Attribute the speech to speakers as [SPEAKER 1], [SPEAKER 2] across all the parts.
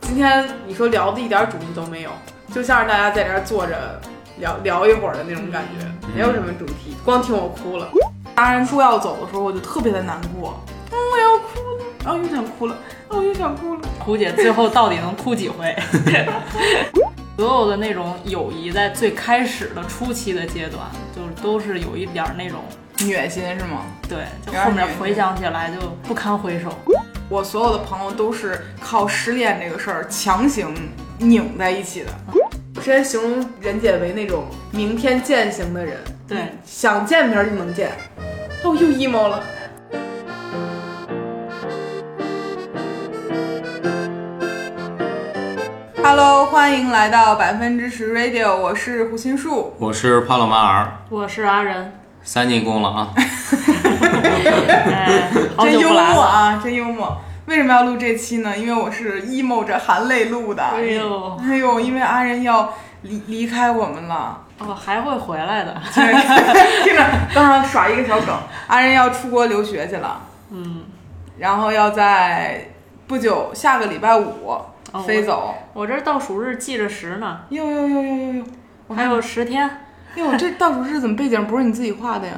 [SPEAKER 1] 今天你说聊的一点主题都没有，就像是大家在这儿坐着聊聊一会儿的那种感觉，没有什么主题，光听我哭了。达人说要走的时候，我就特别的难过，嗯，我要哭了，然后又想哭了，啊，我又想哭了。
[SPEAKER 2] 胡姐最后到底能哭几回？所有的那种友谊，在最开始的初期的阶段，就是都是有一点儿那种，
[SPEAKER 3] 虐心是吗？
[SPEAKER 2] 对，就后面回想起来就不堪回首。
[SPEAKER 3] 我所有的朋友都是靠失恋这个事儿强行拧在一起的。
[SPEAKER 1] 我之前形容任姐为那种明天见型的人，
[SPEAKER 2] 对，
[SPEAKER 1] 想见明儿就能见。哦，又 emo 了。
[SPEAKER 3] Hello，欢迎来到百分之十 Radio，我是胡心树。
[SPEAKER 4] 我是帕洛马尔，
[SPEAKER 2] 我是阿仁，
[SPEAKER 4] 三进宫了啊！
[SPEAKER 2] 哎，好
[SPEAKER 3] 真
[SPEAKER 2] 久
[SPEAKER 3] 幽
[SPEAKER 2] 不
[SPEAKER 3] 默
[SPEAKER 2] 来了。
[SPEAKER 3] 啊，真幽默。为什么要录这期呢？因为我是 emo 着含泪录的。
[SPEAKER 2] 哎呦，
[SPEAKER 3] 哎呦，因为阿仁要离离开我们了，
[SPEAKER 2] 我哦还会回来的。
[SPEAKER 3] 听着听着，刚刚耍一个小梗，阿仁要出国留学去了，
[SPEAKER 2] 嗯，
[SPEAKER 3] 然后要在不久下个礼拜五
[SPEAKER 2] 我
[SPEAKER 3] 飞走。
[SPEAKER 2] 我这倒数日记着时呢，
[SPEAKER 3] 哟哟哟哟哟哟！我
[SPEAKER 2] 还
[SPEAKER 3] 看
[SPEAKER 2] 有十天。
[SPEAKER 3] 哟，这倒数日怎么背景不是你自己画的呀？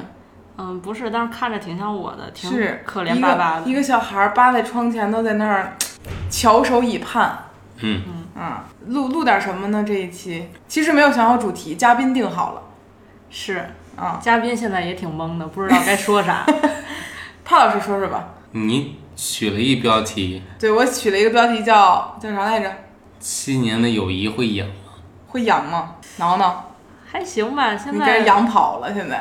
[SPEAKER 2] 嗯，不是，但是看着挺像我的，挺
[SPEAKER 3] 是
[SPEAKER 2] 可怜巴巴
[SPEAKER 3] 一个一
[SPEAKER 2] 的。
[SPEAKER 3] 个小孩儿扒在窗前，都在那儿翘首以盼。
[SPEAKER 4] 嗯，
[SPEAKER 3] 啊，录录点什么呢？这一期其实没有想好主题，嘉宾定好了。
[SPEAKER 2] 是，
[SPEAKER 3] 啊，
[SPEAKER 2] 嘉宾现在也挺懵的，不知道该说 啥。
[SPEAKER 3] 潘老师说说吧。
[SPEAKER 4] 你取了一标题
[SPEAKER 3] 对我取了一个标题叫叫啥来着？
[SPEAKER 4] “七年的友谊会痒
[SPEAKER 3] 会痒吗？挠挠，
[SPEAKER 2] 还行吧，现
[SPEAKER 3] 你该
[SPEAKER 2] 在
[SPEAKER 3] 痒跑了。现在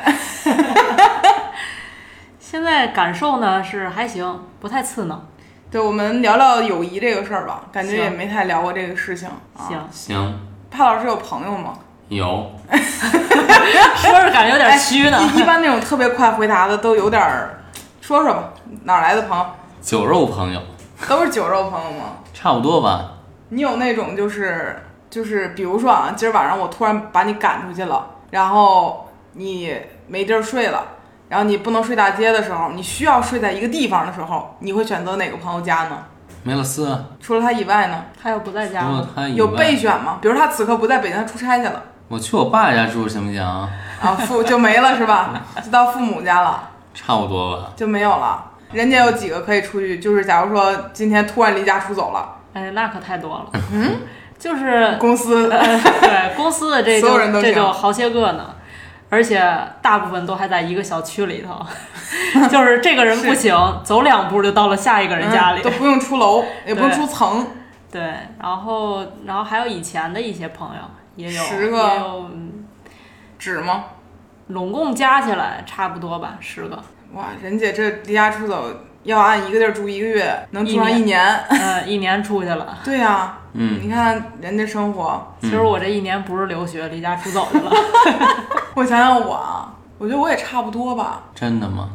[SPEAKER 2] 现在感受呢是还行，不太刺挠。
[SPEAKER 3] 对我们聊聊友谊这个事儿吧，感觉
[SPEAKER 2] 行
[SPEAKER 3] 也没太聊过这个事情。啊、
[SPEAKER 2] 行”。，
[SPEAKER 4] 行，
[SPEAKER 3] 潘老师有朋友吗？
[SPEAKER 4] 有
[SPEAKER 2] 说着感觉有点虚呢。
[SPEAKER 3] 一一般那种特别快回答的都有点儿，说说吧，哪儿来的朋友？
[SPEAKER 4] 酒肉朋友，
[SPEAKER 3] 都是酒肉朋友吗？
[SPEAKER 4] 差不多吧？
[SPEAKER 3] 你有那种就是就是，比如说啊，今儿晚上我突然把你赶出去了，然后你没地儿睡了，然后你不能睡大街的时候，你需要睡在一个地方的时候，你会选择哪个朋友家呢？
[SPEAKER 4] 梅勒斯，啊除
[SPEAKER 3] 除了 他以外呢，
[SPEAKER 2] 还有不在家
[SPEAKER 4] 了
[SPEAKER 2] 吗？
[SPEAKER 4] 他以
[SPEAKER 3] 有备
[SPEAKER 4] 外，
[SPEAKER 3] 选吗？比如他此刻不在北京，他出差去了
[SPEAKER 4] 我去我爸家住行不行啊？
[SPEAKER 3] 啊，父就没了是吧？就到父母家了，
[SPEAKER 4] 差不多吧。
[SPEAKER 3] 就没有了。人家有几个可以出去，就是假如说今天突然离家出走了，
[SPEAKER 2] 哎，那可太多了。嗯， 就是
[SPEAKER 3] 公司
[SPEAKER 2] 对公司的这
[SPEAKER 3] 所有
[SPEAKER 2] 就
[SPEAKER 3] 人都这
[SPEAKER 2] 这
[SPEAKER 3] 样
[SPEAKER 2] 就好些个呢，而且大部分都还在一个小区里头， 就是这个人 不行，走两步就到了下一个人家里
[SPEAKER 3] 嗯。都不用出楼，也不用
[SPEAKER 2] 对
[SPEAKER 3] 出层，
[SPEAKER 2] 对，然后然后还有以前的一些朋友也有，
[SPEAKER 3] 十个
[SPEAKER 2] 也有，嗯
[SPEAKER 3] 纸吗？
[SPEAKER 2] 拢共加起来差不多吧，十个，
[SPEAKER 3] 哇，任姐这离家出走要按一个地儿住一个月，能住上一
[SPEAKER 2] 一
[SPEAKER 3] 年。
[SPEAKER 2] 嗯，一年出去了。
[SPEAKER 3] 对呀、
[SPEAKER 4] 嗯，
[SPEAKER 3] 你看人家生活，
[SPEAKER 2] 其实我这一年不是留学，离家出走去了。
[SPEAKER 3] 我想想我啊，我觉得我也差不多吧，
[SPEAKER 4] 真的吗？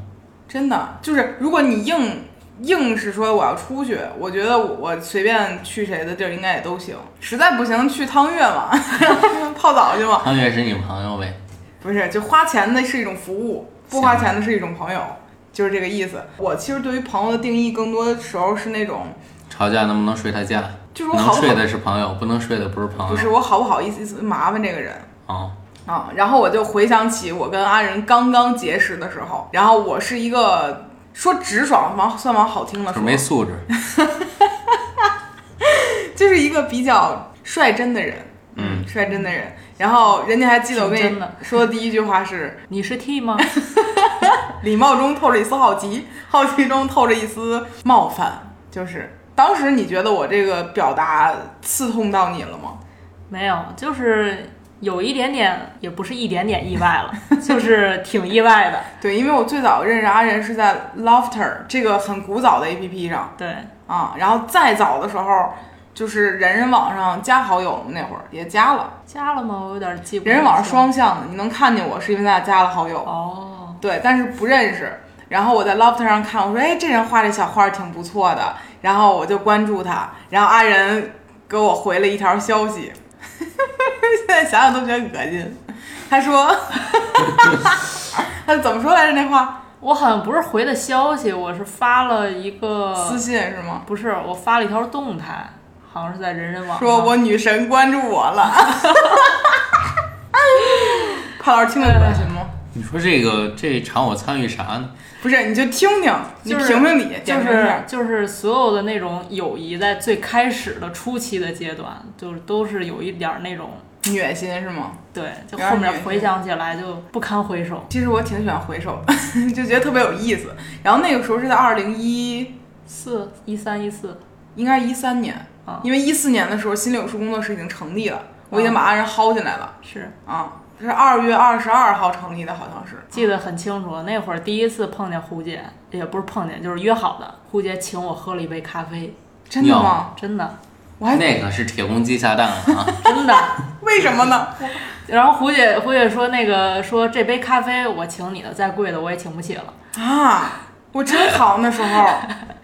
[SPEAKER 3] 真的就是如果你硬硬是说我要出去，我觉得我我随便去谁的地儿应该也都行，实在不行去汤月嘛， 泡澡去嘛，
[SPEAKER 4] 汤圆是你朋友呗？
[SPEAKER 3] 不是就花钱的是一种服务，不花钱的是一种朋友，就是这个意思。我其实对于朋友的定义，更多时候是那种
[SPEAKER 4] 吵架能不能睡他家？
[SPEAKER 3] 就是我好
[SPEAKER 4] 能
[SPEAKER 3] 不
[SPEAKER 4] 睡
[SPEAKER 3] 好，
[SPEAKER 4] 的是朋友，不能睡的不是朋
[SPEAKER 3] 不
[SPEAKER 4] 友。
[SPEAKER 3] 是我好不好意思麻烦这个人。
[SPEAKER 4] 哦，
[SPEAKER 3] 啊，然后我就回想起我跟阿仁刚刚结识的时候，然后我是一个说直爽往算往好听了
[SPEAKER 4] 就是
[SPEAKER 3] 说，
[SPEAKER 4] 没素质。
[SPEAKER 3] 就是一个比较率真的人，
[SPEAKER 4] 嗯，
[SPEAKER 3] 率真的人。然后人家还记得我跟
[SPEAKER 2] 挺
[SPEAKER 3] 你
[SPEAKER 2] 真的
[SPEAKER 3] 说的第一句话是
[SPEAKER 2] 你是 T 吗？
[SPEAKER 3] 礼貌中透着一丝好奇，好奇中透着一丝冒犯，就是当时你觉得我这个表达刺痛到你了吗？
[SPEAKER 2] 没有，就是有一点点，也不是一点点意外 了，就是挺意外的。
[SPEAKER 3] 对，因为我最早认识阿仁是在 Lofter 这个很古早的 APP 上，
[SPEAKER 2] 对，
[SPEAKER 3] 啊，然后再早的时候，就是人人网上加好友那会儿也加了，
[SPEAKER 2] 加了吗？我有点记不。
[SPEAKER 3] 人人网上。双向的，你能看见我是因为咱俩加了好友，
[SPEAKER 2] 哦，
[SPEAKER 3] 对，但是不认识。然后我在 Lofter 上看，我说，哎，这人画这小画儿挺不错的，然后我就关注他，然后阿仁给我回了一条消息， 现在想想都觉得恶心。他说， 他怎么说来着那话？
[SPEAKER 2] 我好像不是回的消息，我是发了一个，
[SPEAKER 3] 私信是吗？
[SPEAKER 2] 不是，我发了一条动态，好像是在人人网
[SPEAKER 3] 说
[SPEAKER 2] 上
[SPEAKER 3] 我女神关注我了。 潘老师听得懂行吗？
[SPEAKER 4] 你说这个这场我参与啥呢？
[SPEAKER 3] 不是，你就听听，你
[SPEAKER 2] 就是
[SPEAKER 3] 评评理，
[SPEAKER 2] 就
[SPEAKER 3] 点评一
[SPEAKER 2] 是
[SPEAKER 3] 下
[SPEAKER 2] 就是所有的那种友谊，在最开始的初期的阶段，就是都是有一点儿那种，
[SPEAKER 3] 虐心是吗？
[SPEAKER 2] 对，就
[SPEAKER 3] 有点
[SPEAKER 2] 后
[SPEAKER 3] 虐
[SPEAKER 2] 面回想起来就不堪回首。
[SPEAKER 3] 其实我挺喜欢回首的， 就觉得特别有意思。然后那个时候是在二零一，
[SPEAKER 2] 四一三一四，
[SPEAKER 3] 应该是一三年
[SPEAKER 2] 啊，
[SPEAKER 3] 因为一四年的时候心理有术工作室已经成立了，我已经把安然薅进来了
[SPEAKER 2] 是
[SPEAKER 3] 啊。是二月二十二号成立的，好像是。
[SPEAKER 2] 记得很清楚。那会儿第一次碰见胡姐，也不是碰见，就是约好的。胡姐请我喝了一杯咖啡，
[SPEAKER 3] 真的吗？
[SPEAKER 2] 真的，
[SPEAKER 3] 我还
[SPEAKER 4] 那个是铁公鸡下 蛋啊！
[SPEAKER 2] 真的。
[SPEAKER 3] 为什么呢？
[SPEAKER 2] 然后胡姐胡姐说那个说这杯咖啡我请你的，再贵的我也请不起了，
[SPEAKER 3] 啊，我真好那时 候，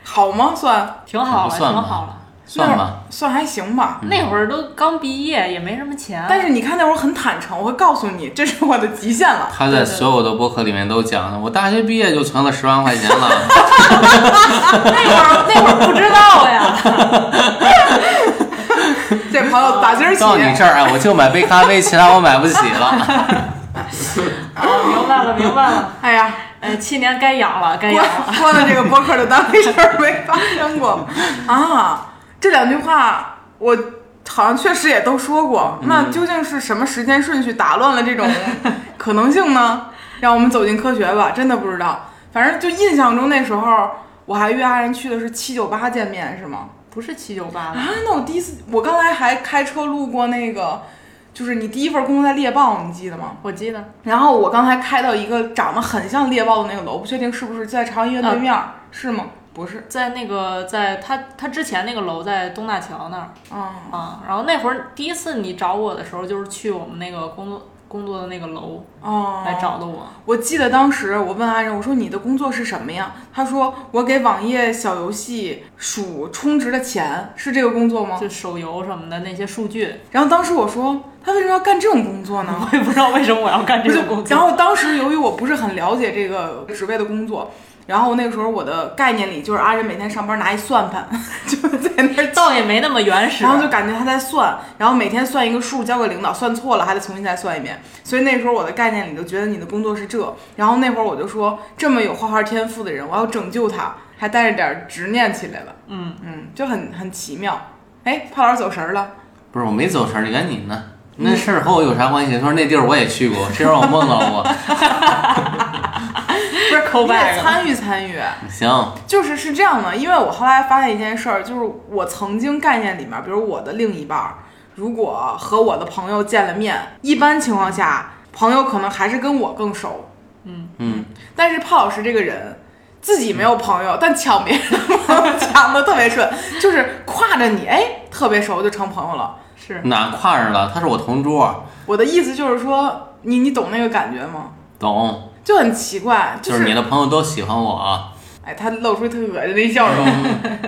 [SPEAKER 3] 好吗？算
[SPEAKER 2] 挺好
[SPEAKER 4] 不
[SPEAKER 2] 了，
[SPEAKER 4] 算
[SPEAKER 2] 挺
[SPEAKER 4] 吧嗯
[SPEAKER 2] 好了。
[SPEAKER 4] 算吧，
[SPEAKER 3] 算还行吧。
[SPEAKER 2] 那会儿都刚毕业，也没什么钱，
[SPEAKER 3] 但是你看那会儿很坦诚，我会告诉你，这是我的极限了。
[SPEAKER 4] 他在所有的播客里面都讲了，我大学毕业就存了十万块钱了。
[SPEAKER 2] 那会 儿那会儿不知道 呀，
[SPEAKER 3] 这朋友打今儿起
[SPEAKER 4] 到嗯你这儿啊，我就买杯咖啡，其他我买不起了。
[SPEAKER 2] 哦明白了明白 了，
[SPEAKER 3] 哎呀，
[SPEAKER 2] 哎，七年该养了
[SPEAKER 3] 哎
[SPEAKER 2] 该养了，
[SPEAKER 3] 关关了这个播客就当回事儿没发生过 啊。这两句话我好像确实也都说过，那究竟是什么时间顺序打乱了 这种可能性呢？让我们走进科学吧，真的不知道。反正就印象中那时候我还约爱人去的是七九八见面是吗？
[SPEAKER 2] 不是七九八
[SPEAKER 3] 啊
[SPEAKER 2] 了，，
[SPEAKER 3] 那我第一次，我刚才还开车路过那个，就是你第一份工作在猎豹，你记得吗？
[SPEAKER 2] 我记得
[SPEAKER 3] 然后我刚才开到一个长得很像猎豹的那个楼，不确定是不是在朝阳医院对面儿，
[SPEAKER 2] 啊
[SPEAKER 3] 是吗？不是，
[SPEAKER 2] 在那个在他他之前那个楼在东大桥那儿
[SPEAKER 3] 啊，
[SPEAKER 2] 啊，然后那会儿第一次你找我的时候，就是去我们那个工作工作的那个楼
[SPEAKER 3] 哦，
[SPEAKER 2] 来找的我，
[SPEAKER 3] 我记得当时我问安仁，我说你的工作是什么呀？他说我给网页小游戏数充值的钱，是这个工作吗？
[SPEAKER 2] 就手游什么的那些数据，
[SPEAKER 3] 然后当时我说他为什么要干这种工作呢？
[SPEAKER 2] 我也不知道为什么我要干这
[SPEAKER 3] 我就
[SPEAKER 2] 种工作
[SPEAKER 3] 然。后当时由于我不是很了解这个职位的工作，然后那个时候我的概念里就是阿仁每天上班拿一算盘， 就在那儿
[SPEAKER 2] 倒也没那么原始，
[SPEAKER 3] 然后就感觉他在算，然后每天算一个数，交给领导，算错了还得重新再算一遍。所以那时候我的概念里就觉得你的工作是这，然后那会儿我就说，这么有画画天赋的人，我要拯救他，还带着点儿执念起来了。
[SPEAKER 2] 嗯
[SPEAKER 3] 嗯，就很很奇妙。哎，帕老师走神儿了，
[SPEAKER 4] 不是，我没走神儿，原你呢？那事儿和我有啥关系？他说那地儿我也去过，这让我梦到 过。
[SPEAKER 3] 不是
[SPEAKER 2] Call
[SPEAKER 3] 你也
[SPEAKER 2] back 了
[SPEAKER 3] 参与参与。啊
[SPEAKER 4] 行，
[SPEAKER 3] 就是是这样的，因为我后来发现一件事儿，就是我曾经概念里面，比如我的另一半儿，如果和我的朋友见了面，一般情况下，朋友可能还是跟我更熟。
[SPEAKER 4] 嗯，
[SPEAKER 3] 但是潘老师这个人，自己没有朋友，但抢别人的朋友 抢的特别顺，就是挎着你，哎，特别熟就成朋友了。
[SPEAKER 2] 是
[SPEAKER 4] 哪跨着了？他是我同桌，
[SPEAKER 3] 我的意思就是说，你你懂那个感觉吗？
[SPEAKER 4] 懂？
[SPEAKER 3] 就很奇怪，就、
[SPEAKER 4] 就是是你的朋友都喜欢我啊。
[SPEAKER 3] 哎，他露出特恶心的一笑容，
[SPEAKER 4] 嗯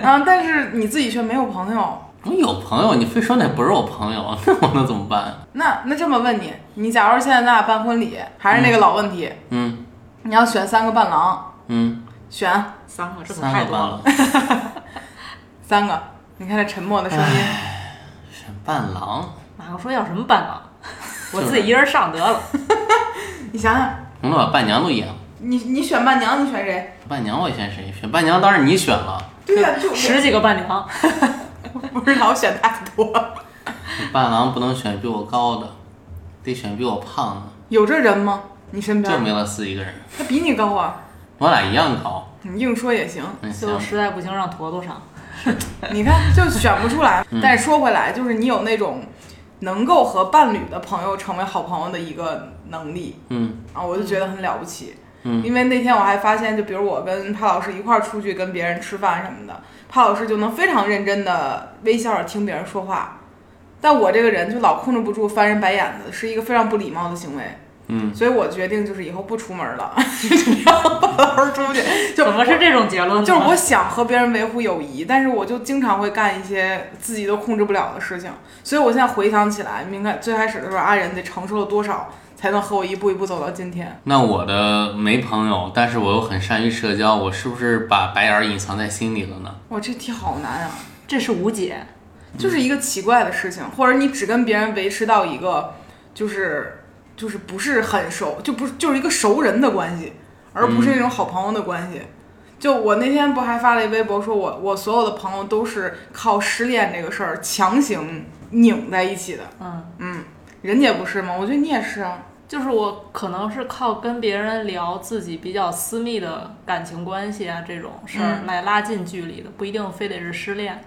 [SPEAKER 3] 啊，但是你自己却没有朋友。
[SPEAKER 4] 我有朋友，你非说那不是我朋友， 那我能怎么办？
[SPEAKER 3] 那那这么问你，你假如现在咱俩办婚礼，还是那个老问题，
[SPEAKER 4] 嗯
[SPEAKER 3] 你要选三个伴郎，
[SPEAKER 4] 嗯，
[SPEAKER 3] 选
[SPEAKER 2] 三个，这可
[SPEAKER 4] 三
[SPEAKER 2] 太
[SPEAKER 4] 个
[SPEAKER 2] 多
[SPEAKER 4] 伴
[SPEAKER 2] 了
[SPEAKER 4] 郎。，
[SPEAKER 3] 三个。你看这沉默的声音，
[SPEAKER 4] 选伴郎。
[SPEAKER 2] 马上说要什么伴 郎，我自己一人上得了。
[SPEAKER 3] 你想想，
[SPEAKER 4] 我能把伴娘都演了，
[SPEAKER 3] 你你选伴娘，你选谁？
[SPEAKER 4] 伴娘我选谁？选伴娘当然你选了，
[SPEAKER 3] 对呀、就
[SPEAKER 2] 十几个伴娘，
[SPEAKER 3] 不是老选太多。
[SPEAKER 4] 伴郎不能选比我高的，得选比我胖的，
[SPEAKER 3] 有这人吗？你身
[SPEAKER 4] 就
[SPEAKER 3] 边
[SPEAKER 4] 梅勒斯一个人。
[SPEAKER 3] 他比你高啊，
[SPEAKER 4] 我俩一样高。
[SPEAKER 3] 你硬说也行。
[SPEAKER 4] 嗯，
[SPEAKER 2] 最后
[SPEAKER 4] 行，
[SPEAKER 2] 实在不行让坨坨上。
[SPEAKER 3] 你看就选不出来。但是说回来，就是你有那种能够和伴侣的朋友成为好朋友的一个能力
[SPEAKER 4] 嗯，
[SPEAKER 3] 啊，我就觉得很了不起。
[SPEAKER 4] 嗯
[SPEAKER 3] 因为那天我还发现，就比如我跟帕老师一块儿出去跟别人吃饭什么的，帕老师就能非常认真的微笑着听别人说话，但我这个人就老控制不住翻人白眼子，是一个非常不礼貌的行为。
[SPEAKER 4] 嗯，
[SPEAKER 3] 所以我决定就是以后不出门了， 让帕老师出去。就
[SPEAKER 2] 怎么是这种结论呢？
[SPEAKER 3] 就是我想和别人维护友谊，但是我就经常会干一些自己都控制不了的事情。所以我现在回想起来，明白最开始的时候，阿仁得承受了多少，才能和我一步一步走到今天。
[SPEAKER 4] 那我的没朋友，但是我又很善于社交，我是不是把白眼儿隐藏在心里了呢？
[SPEAKER 3] 哇，这题好难啊！
[SPEAKER 2] 这是无解，
[SPEAKER 3] 就是一个奇怪的事情，或者你只跟别人维持到一个就是就是不是很熟，就不就是一个熟人的关系，而不是
[SPEAKER 2] 嗯
[SPEAKER 3] 那种好朋友的关系。就我那天不还发了一微博，说我我所有的朋友都是靠失恋这个事儿强行拧在一起的。
[SPEAKER 2] 嗯，
[SPEAKER 3] 嗯，人家不是吗？我觉得你也是啊。
[SPEAKER 2] 就是我可能是靠跟别人聊自己比较私密的感情关系啊这种事儿
[SPEAKER 3] 嗯
[SPEAKER 2] 来拉近距离的，不一定非得是失恋，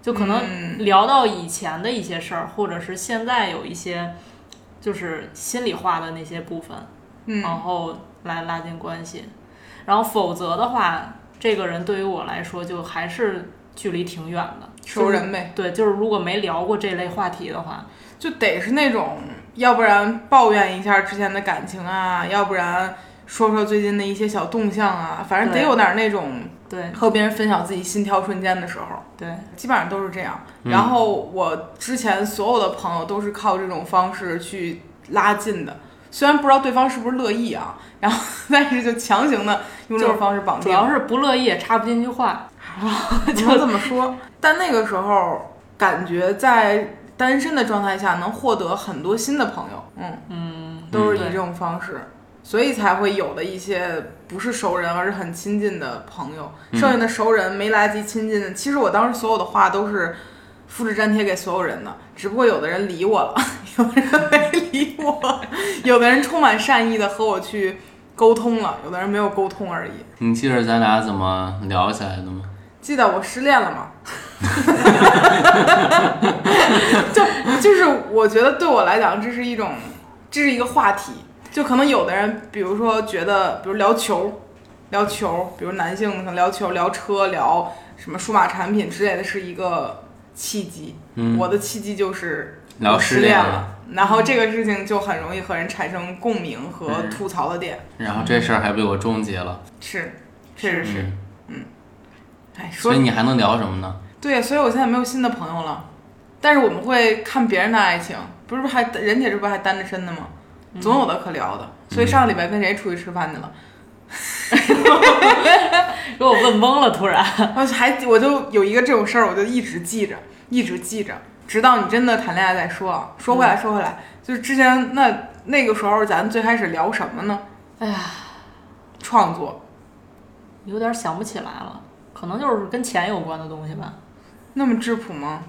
[SPEAKER 2] 就可
[SPEAKER 3] 嗯
[SPEAKER 2] 能聊到以前的一些事儿，或者是现在有一些就是心里话的那些部分，
[SPEAKER 3] 嗯
[SPEAKER 2] 然后来拉近关系。然后否则的话，这个人对于我来说就还是距离挺远的，
[SPEAKER 3] 熟人呗，
[SPEAKER 2] 对，就是如果没聊过这类话题的话，
[SPEAKER 3] 就得是那种，要不然抱怨一下之前的感情啊，要不然说说最近的一些小动向啊，反正得
[SPEAKER 2] 对
[SPEAKER 3] 有点那种
[SPEAKER 2] 对
[SPEAKER 3] 和别人分享自己心跳瞬间的时候，
[SPEAKER 2] 对，
[SPEAKER 3] 基本上都是这样。然后我之前所有的朋友都是靠这种方式去拉近的。虽然不知道对方是不是乐意啊，然后但是就强行的用这种方式绑
[SPEAKER 2] 主
[SPEAKER 3] 定，
[SPEAKER 2] 要是不乐意也插不进去话，
[SPEAKER 3] 就这么说。但那个时候感觉在单身的状态下能获得很多新的朋友，嗯嗯，都是以
[SPEAKER 2] 对
[SPEAKER 3] 这种方式，所以才会有的一些不是熟人，而是很亲近的朋友。剩下的熟人没来及亲近的，其实我当时所有的话都是。复制粘贴给所有人的，只不过有的人理我了， 有的人没理我，有的人充满善意的和我去沟通了，有的人没有沟通而已。
[SPEAKER 4] 你记得咱俩怎么聊起来的吗？
[SPEAKER 3] 记得我失恋了吗？ 就就是我觉得对我来讲，这是一种，这是一个话题。就可能有的人，比如说觉得，比如聊球，聊球，比如男性可能聊球、聊车、聊什么数码产品之类的，是一个契机。
[SPEAKER 4] 嗯
[SPEAKER 3] 我的契机就是
[SPEAKER 4] 聊
[SPEAKER 3] 我
[SPEAKER 4] 失
[SPEAKER 3] 失
[SPEAKER 4] 恋
[SPEAKER 3] 了，
[SPEAKER 4] 了
[SPEAKER 3] 然后这个事情就很容易和人产生共鸣和
[SPEAKER 4] 嗯
[SPEAKER 3] 吐槽的点。
[SPEAKER 4] 然后这事儿还被我终结了。
[SPEAKER 3] 是，确实是。
[SPEAKER 4] 嗯，
[SPEAKER 3] 哎，说
[SPEAKER 4] 所以你还能聊什么呢？
[SPEAKER 3] 对，所以我现在没有新的朋友了，但是我们会看别人的爱情，不是还人家这不还单着身呢吗？总有的可聊的。所以上个礼拜跟谁出去吃饭去了？
[SPEAKER 2] 给我问懵了，突然。
[SPEAKER 3] 我还我就有一个这种事儿，我就一直记着，一直记着，直到你真的谈恋爱再说啊。说
[SPEAKER 2] 嗯
[SPEAKER 3] 回来，说回来，就是之前那那个时候，咱最开始聊什么呢？
[SPEAKER 2] 哎呀，
[SPEAKER 3] 创作。
[SPEAKER 2] 有点想不起来了，可能就是跟钱有关的东西吧，
[SPEAKER 3] 那么质朴吗？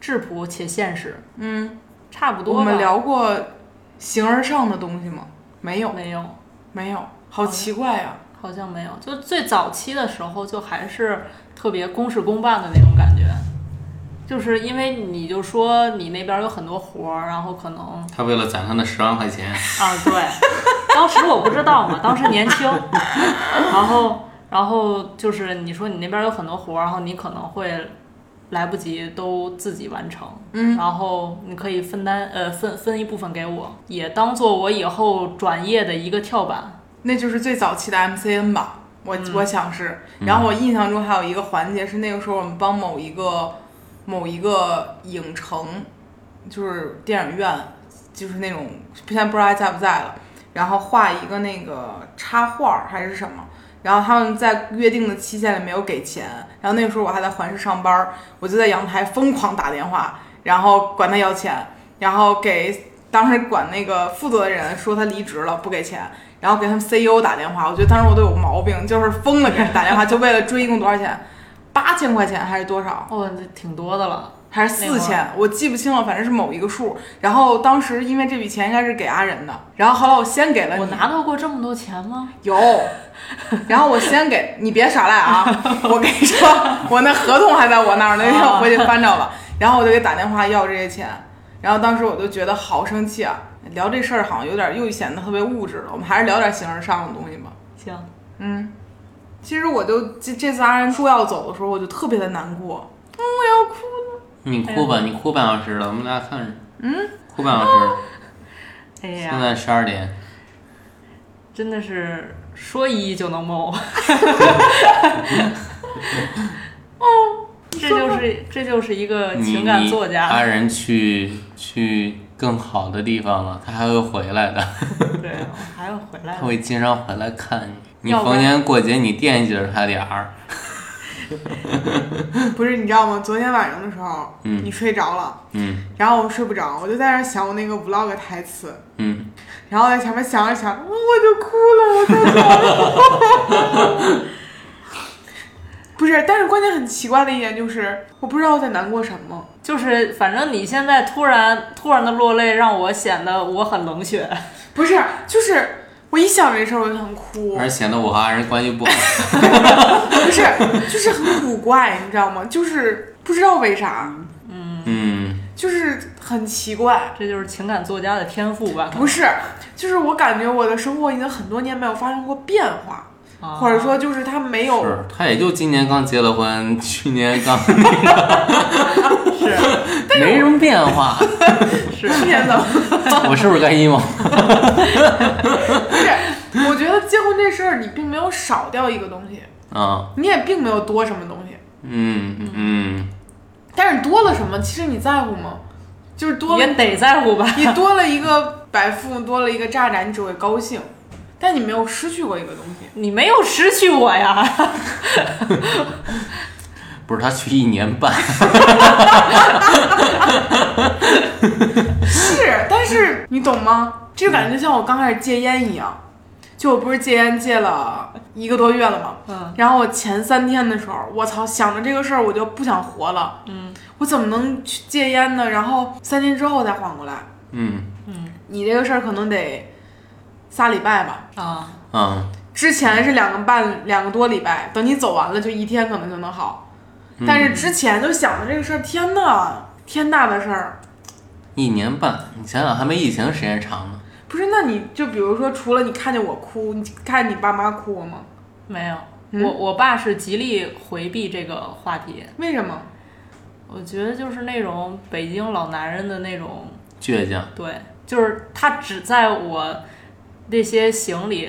[SPEAKER 2] 质朴且现实，
[SPEAKER 3] 嗯，
[SPEAKER 2] 差不多吧。
[SPEAKER 3] 我们聊过形而上的东西吗？没有，
[SPEAKER 2] 没有？
[SPEAKER 3] 没有，
[SPEAKER 2] 嗯
[SPEAKER 3] 好奇怪啊呀、
[SPEAKER 2] 好像没有。就最早期的时候，就还是特别公事公办的那种感觉，就是因为你就说你那边有很多活儿，然后可能
[SPEAKER 4] 他为了攒他那十万块钱，
[SPEAKER 2] 啊，对，当时我不知道嘛，当时年轻，然后然后就是你说你那边有很多活儿，然后你可能会来不及都自己完成，
[SPEAKER 3] 嗯
[SPEAKER 2] 然后你可以分担呃分分一部分给我，也当做我以后转业的一个跳板。
[SPEAKER 3] 那就是最早期的 MCN 吧，我、我想是。然后我印象中还有一个环节是那个时候我们帮某一个某一个影城，就是电影院，就是那种现在不知道还在不在了，然后画一个那个插画儿还是什么。然后他们在约定的期限里没有给钱，然后那个时候我还在环市上班儿，我就在阳台疯狂打电话，然后管他要钱，然后给当时管那个负责的人说他离职了不给钱， 然后给他们 CEO 打电话，我觉得当时我都有毛病，就是疯了给他打电话，就为了追一共多少钱，八千块钱还是多少？
[SPEAKER 2] 哦，这挺多的了，
[SPEAKER 3] 还是四千，我记不清了，反正是某一个数。然后当时因为这笔钱应该是给阿仁的，然后后来我先给哎了你，
[SPEAKER 2] 我拿到过这么多钱吗？
[SPEAKER 3] 有，然后我先给你别耍赖 啊！我跟你说，我那合同还在我那儿呢，那天
[SPEAKER 2] 啊
[SPEAKER 3] 我回去翻着了。然后我就给打电话要这些钱，然后当时我就觉得好生气啊！聊这事儿好像有点又显得特别物质了，我们还是聊点形而上的东西吧。
[SPEAKER 2] 行，
[SPEAKER 3] 嗯，其实我就这这次阿然说要走的时候，我就特别的难过， 嗯，我要哭了。
[SPEAKER 4] 你哭
[SPEAKER 3] 哎
[SPEAKER 4] 吧，你哭半小时了，我们俩看着。嗯，哭半小时
[SPEAKER 3] 哦
[SPEAKER 4] 了，
[SPEAKER 2] 哎
[SPEAKER 4] 现
[SPEAKER 2] 呀，
[SPEAKER 4] 在十二点。
[SPEAKER 2] 真的是说一就 能谋。哦，这就是这就是一个
[SPEAKER 4] 你
[SPEAKER 2] 情感作
[SPEAKER 4] 你啊
[SPEAKER 2] 家
[SPEAKER 4] 爱，人去去更好的地方了，他还会回来
[SPEAKER 2] 嗯
[SPEAKER 4] 的，
[SPEAKER 2] 对，我还要回来
[SPEAKER 4] 他
[SPEAKER 2] 了。
[SPEAKER 4] 会经常回来看你。你
[SPEAKER 2] 要不
[SPEAKER 4] 逢
[SPEAKER 2] 然
[SPEAKER 4] 年过节你惦记着他点儿，
[SPEAKER 3] 不是，你知道吗？昨天晚上的时候，
[SPEAKER 4] 嗯
[SPEAKER 3] 你睡着了，
[SPEAKER 4] 嗯
[SPEAKER 3] 然后我睡不着，我就在那儿想我那个 vlog 台词，
[SPEAKER 4] 嗯，
[SPEAKER 3] 然后在前面想着想着，我就哭了，我太难过了 不是，但是关键很奇怪的一点就是，我不知道我在难过什么。
[SPEAKER 2] 就是反正你现在突然突然的落泪，让我显得我很冷血。
[SPEAKER 3] 不是，就是我一想这事儿我就想哭，
[SPEAKER 2] 哎
[SPEAKER 4] 而且显得我和爱人关系不好。
[SPEAKER 3] 不是，就是很古怪，你知道吗？就是不知道为啥，
[SPEAKER 4] 嗯，
[SPEAKER 3] 就是很奇怪。
[SPEAKER 2] 这就是情感作家的天赋吧？
[SPEAKER 3] 不是，就是我感觉我的生活已经很多年没有发生过变化，
[SPEAKER 2] 啊
[SPEAKER 3] 或者说就是它没
[SPEAKER 2] 哦
[SPEAKER 3] 有
[SPEAKER 4] 是他也就今年刚结了婚，去年刚
[SPEAKER 2] 是
[SPEAKER 4] 没什么变化。
[SPEAKER 2] 是
[SPEAKER 3] 变的。
[SPEAKER 4] 我是不是该 emo？
[SPEAKER 3] 不是，我觉得结婚这事儿你并没有少掉一个东西，
[SPEAKER 4] 啊，
[SPEAKER 3] 你也并没有多什么东西，
[SPEAKER 4] 嗯嗯
[SPEAKER 3] 但是多了什么，其实你在乎吗？就是多
[SPEAKER 2] 也
[SPEAKER 3] 了，
[SPEAKER 2] 得在乎吧？
[SPEAKER 3] 你多了一个白富，多了一个渣男，你只会高兴，但你没有失去过一个东西。
[SPEAKER 2] 你没有失去我呀？
[SPEAKER 4] 嗯，不是他去一年半，
[SPEAKER 3] 是，但是你懂吗？这个感觉就像我刚开始戒烟一样，就我不是戒烟戒了一个多月了吗？
[SPEAKER 2] 嗯，
[SPEAKER 3] 然后我前三天的时候，我操，想着这个事儿我就不想活了。
[SPEAKER 2] 嗯，
[SPEAKER 3] 我怎么能去戒烟呢？然后三天之后再缓过来。
[SPEAKER 4] 嗯
[SPEAKER 3] 你这个事儿可能得仨礼拜吧。
[SPEAKER 2] 啊，
[SPEAKER 4] 啊，
[SPEAKER 3] 之前是两个半、两个多礼拜，等你走完了就一天可能就能好。但是之前就想着这个事儿，天呐，天大的事儿。
[SPEAKER 4] 一年半，你想想还没疫情时间长呢。
[SPEAKER 3] 不是，那你就比如说，除了你看见我哭，你看你爸妈哭过吗？
[SPEAKER 2] 没有。
[SPEAKER 3] 嗯
[SPEAKER 2] 我我爸是极力回避这个话题，
[SPEAKER 3] 为什么？
[SPEAKER 2] 我觉得就是那种北京老男人的那种
[SPEAKER 4] 倔强，
[SPEAKER 2] 对，就是他只在我那些行李，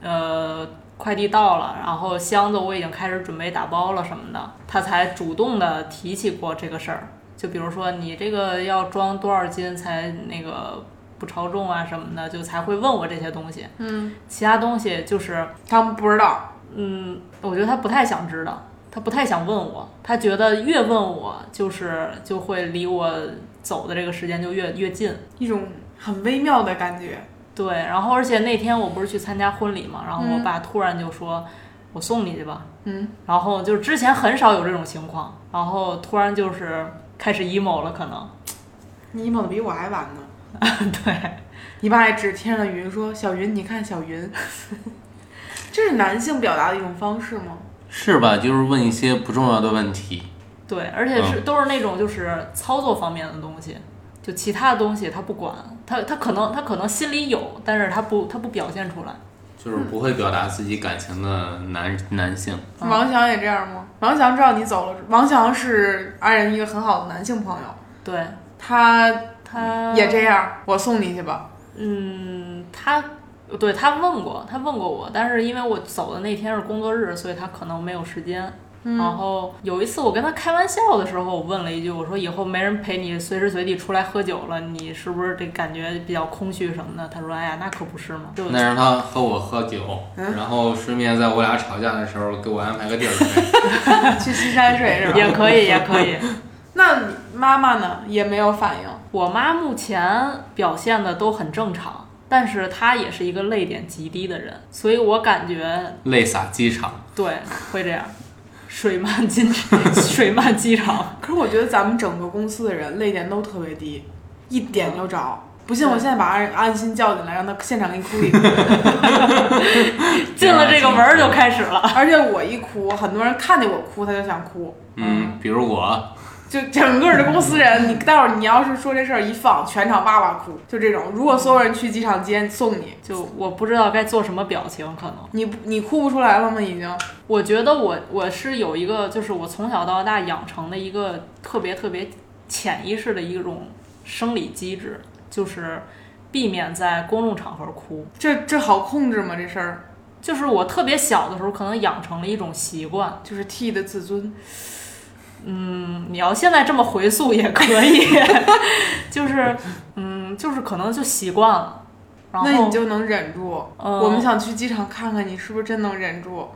[SPEAKER 2] 呃，快递到了，然后箱子我已经开始准备打包了什么的，他才主动的提起过这个事儿。就比如说你这个要装多少斤才那个不超重啊什么的，就才会问我这些东西。
[SPEAKER 3] 嗯，
[SPEAKER 2] 其他东西就是，
[SPEAKER 3] 他们不知道。
[SPEAKER 2] 嗯，我觉得他不太想知道，他不太想问我，他觉得越问我就是就会离我走的这个时间就越越近。
[SPEAKER 3] 一种很微妙的感觉。
[SPEAKER 2] 对，然后而且那天我不是去参加婚礼嘛，然后我
[SPEAKER 3] 嗯
[SPEAKER 2] 爸突然就说：“我送你去吧。”
[SPEAKER 3] 嗯，
[SPEAKER 2] 然后就是之前很少有这种情况，然后突然就是开始 emo 了，可能
[SPEAKER 3] 你猛的比我还晚呢。
[SPEAKER 2] 对，
[SPEAKER 3] 你爸还指天上的云说：“小云，你看小云。” 这是男性表达的一种方式吗？
[SPEAKER 4] 是吧？就是问一些不重要的问题。
[SPEAKER 2] 对，而且是、都是那种就是操作方面的东西，就其他的东西他不管，他他可能他可能心里有，但是他不他不表现出来。
[SPEAKER 4] 就是不会表达自己感情的男男性，
[SPEAKER 2] 嗯
[SPEAKER 3] 王翔也这样吗？王翔知道你走了，王翔是安仁一个很好的男性朋友，
[SPEAKER 2] 对
[SPEAKER 3] 他
[SPEAKER 2] 他
[SPEAKER 3] 嗯也这样，我送你去吧。
[SPEAKER 2] 嗯，他对他问过，他问过我，但是因为我走的那天是工作日，所以他可能没有时间。
[SPEAKER 3] 啊
[SPEAKER 2] 然后有一次我跟他开玩笑的时候，我问了一句，我说以后没人陪你随时随地出来喝酒了，你是不是这感觉比较空虚什么的？他说，哎呀，那可不是嘛，就
[SPEAKER 4] 那让他和我喝酒，
[SPEAKER 3] 嗯
[SPEAKER 4] 然后顺便在我俩吵架的时候给我安排个地儿睡。
[SPEAKER 3] 去西山水是吧？
[SPEAKER 2] 也可以，也可以。
[SPEAKER 3] 那你妈妈呢？也没有反应。
[SPEAKER 2] 我妈目前表现的都很正常，但是她也是一个泪点极低的人，所以我感觉
[SPEAKER 4] 泪洒机场，嗯
[SPEAKER 2] 对会这样，水漫金水漫机场。
[SPEAKER 3] 可是我觉得咱们整个公司的人泪点都特别低，一点就着。不信，我现在把安安心叫进来，让他现场给你哭一哭。
[SPEAKER 2] 进了这个门儿就开始了。
[SPEAKER 3] 而且我一哭，很多人看见我哭，他就想哭。
[SPEAKER 4] 嗯，比如我，
[SPEAKER 3] 就整个的公司人，你待会儿你要是说这事儿一放，全场哇哇哭，就这种。如果所有人去机场接你送你，
[SPEAKER 2] 就我不知道该做什么表情，可能
[SPEAKER 3] 你你哭不出来了吗？已经
[SPEAKER 2] 我觉得我我是有一个，就是我从小到大养成的一个特别特别潜意识的一种生理机制，就是避免在公众场合哭。
[SPEAKER 3] 这这好控制吗？这事儿
[SPEAKER 2] 就是我特别小的时候，可能养成了一种习惯。
[SPEAKER 3] 就是 T 的自尊，
[SPEAKER 2] 嗯，你要现在这么回溯也可 以，嗯就是嗯，就是可能就 习惯了。然后
[SPEAKER 3] 那你就能忍住。
[SPEAKER 2] 嗯
[SPEAKER 3] 我们想去机场看看你是不是真能忍住。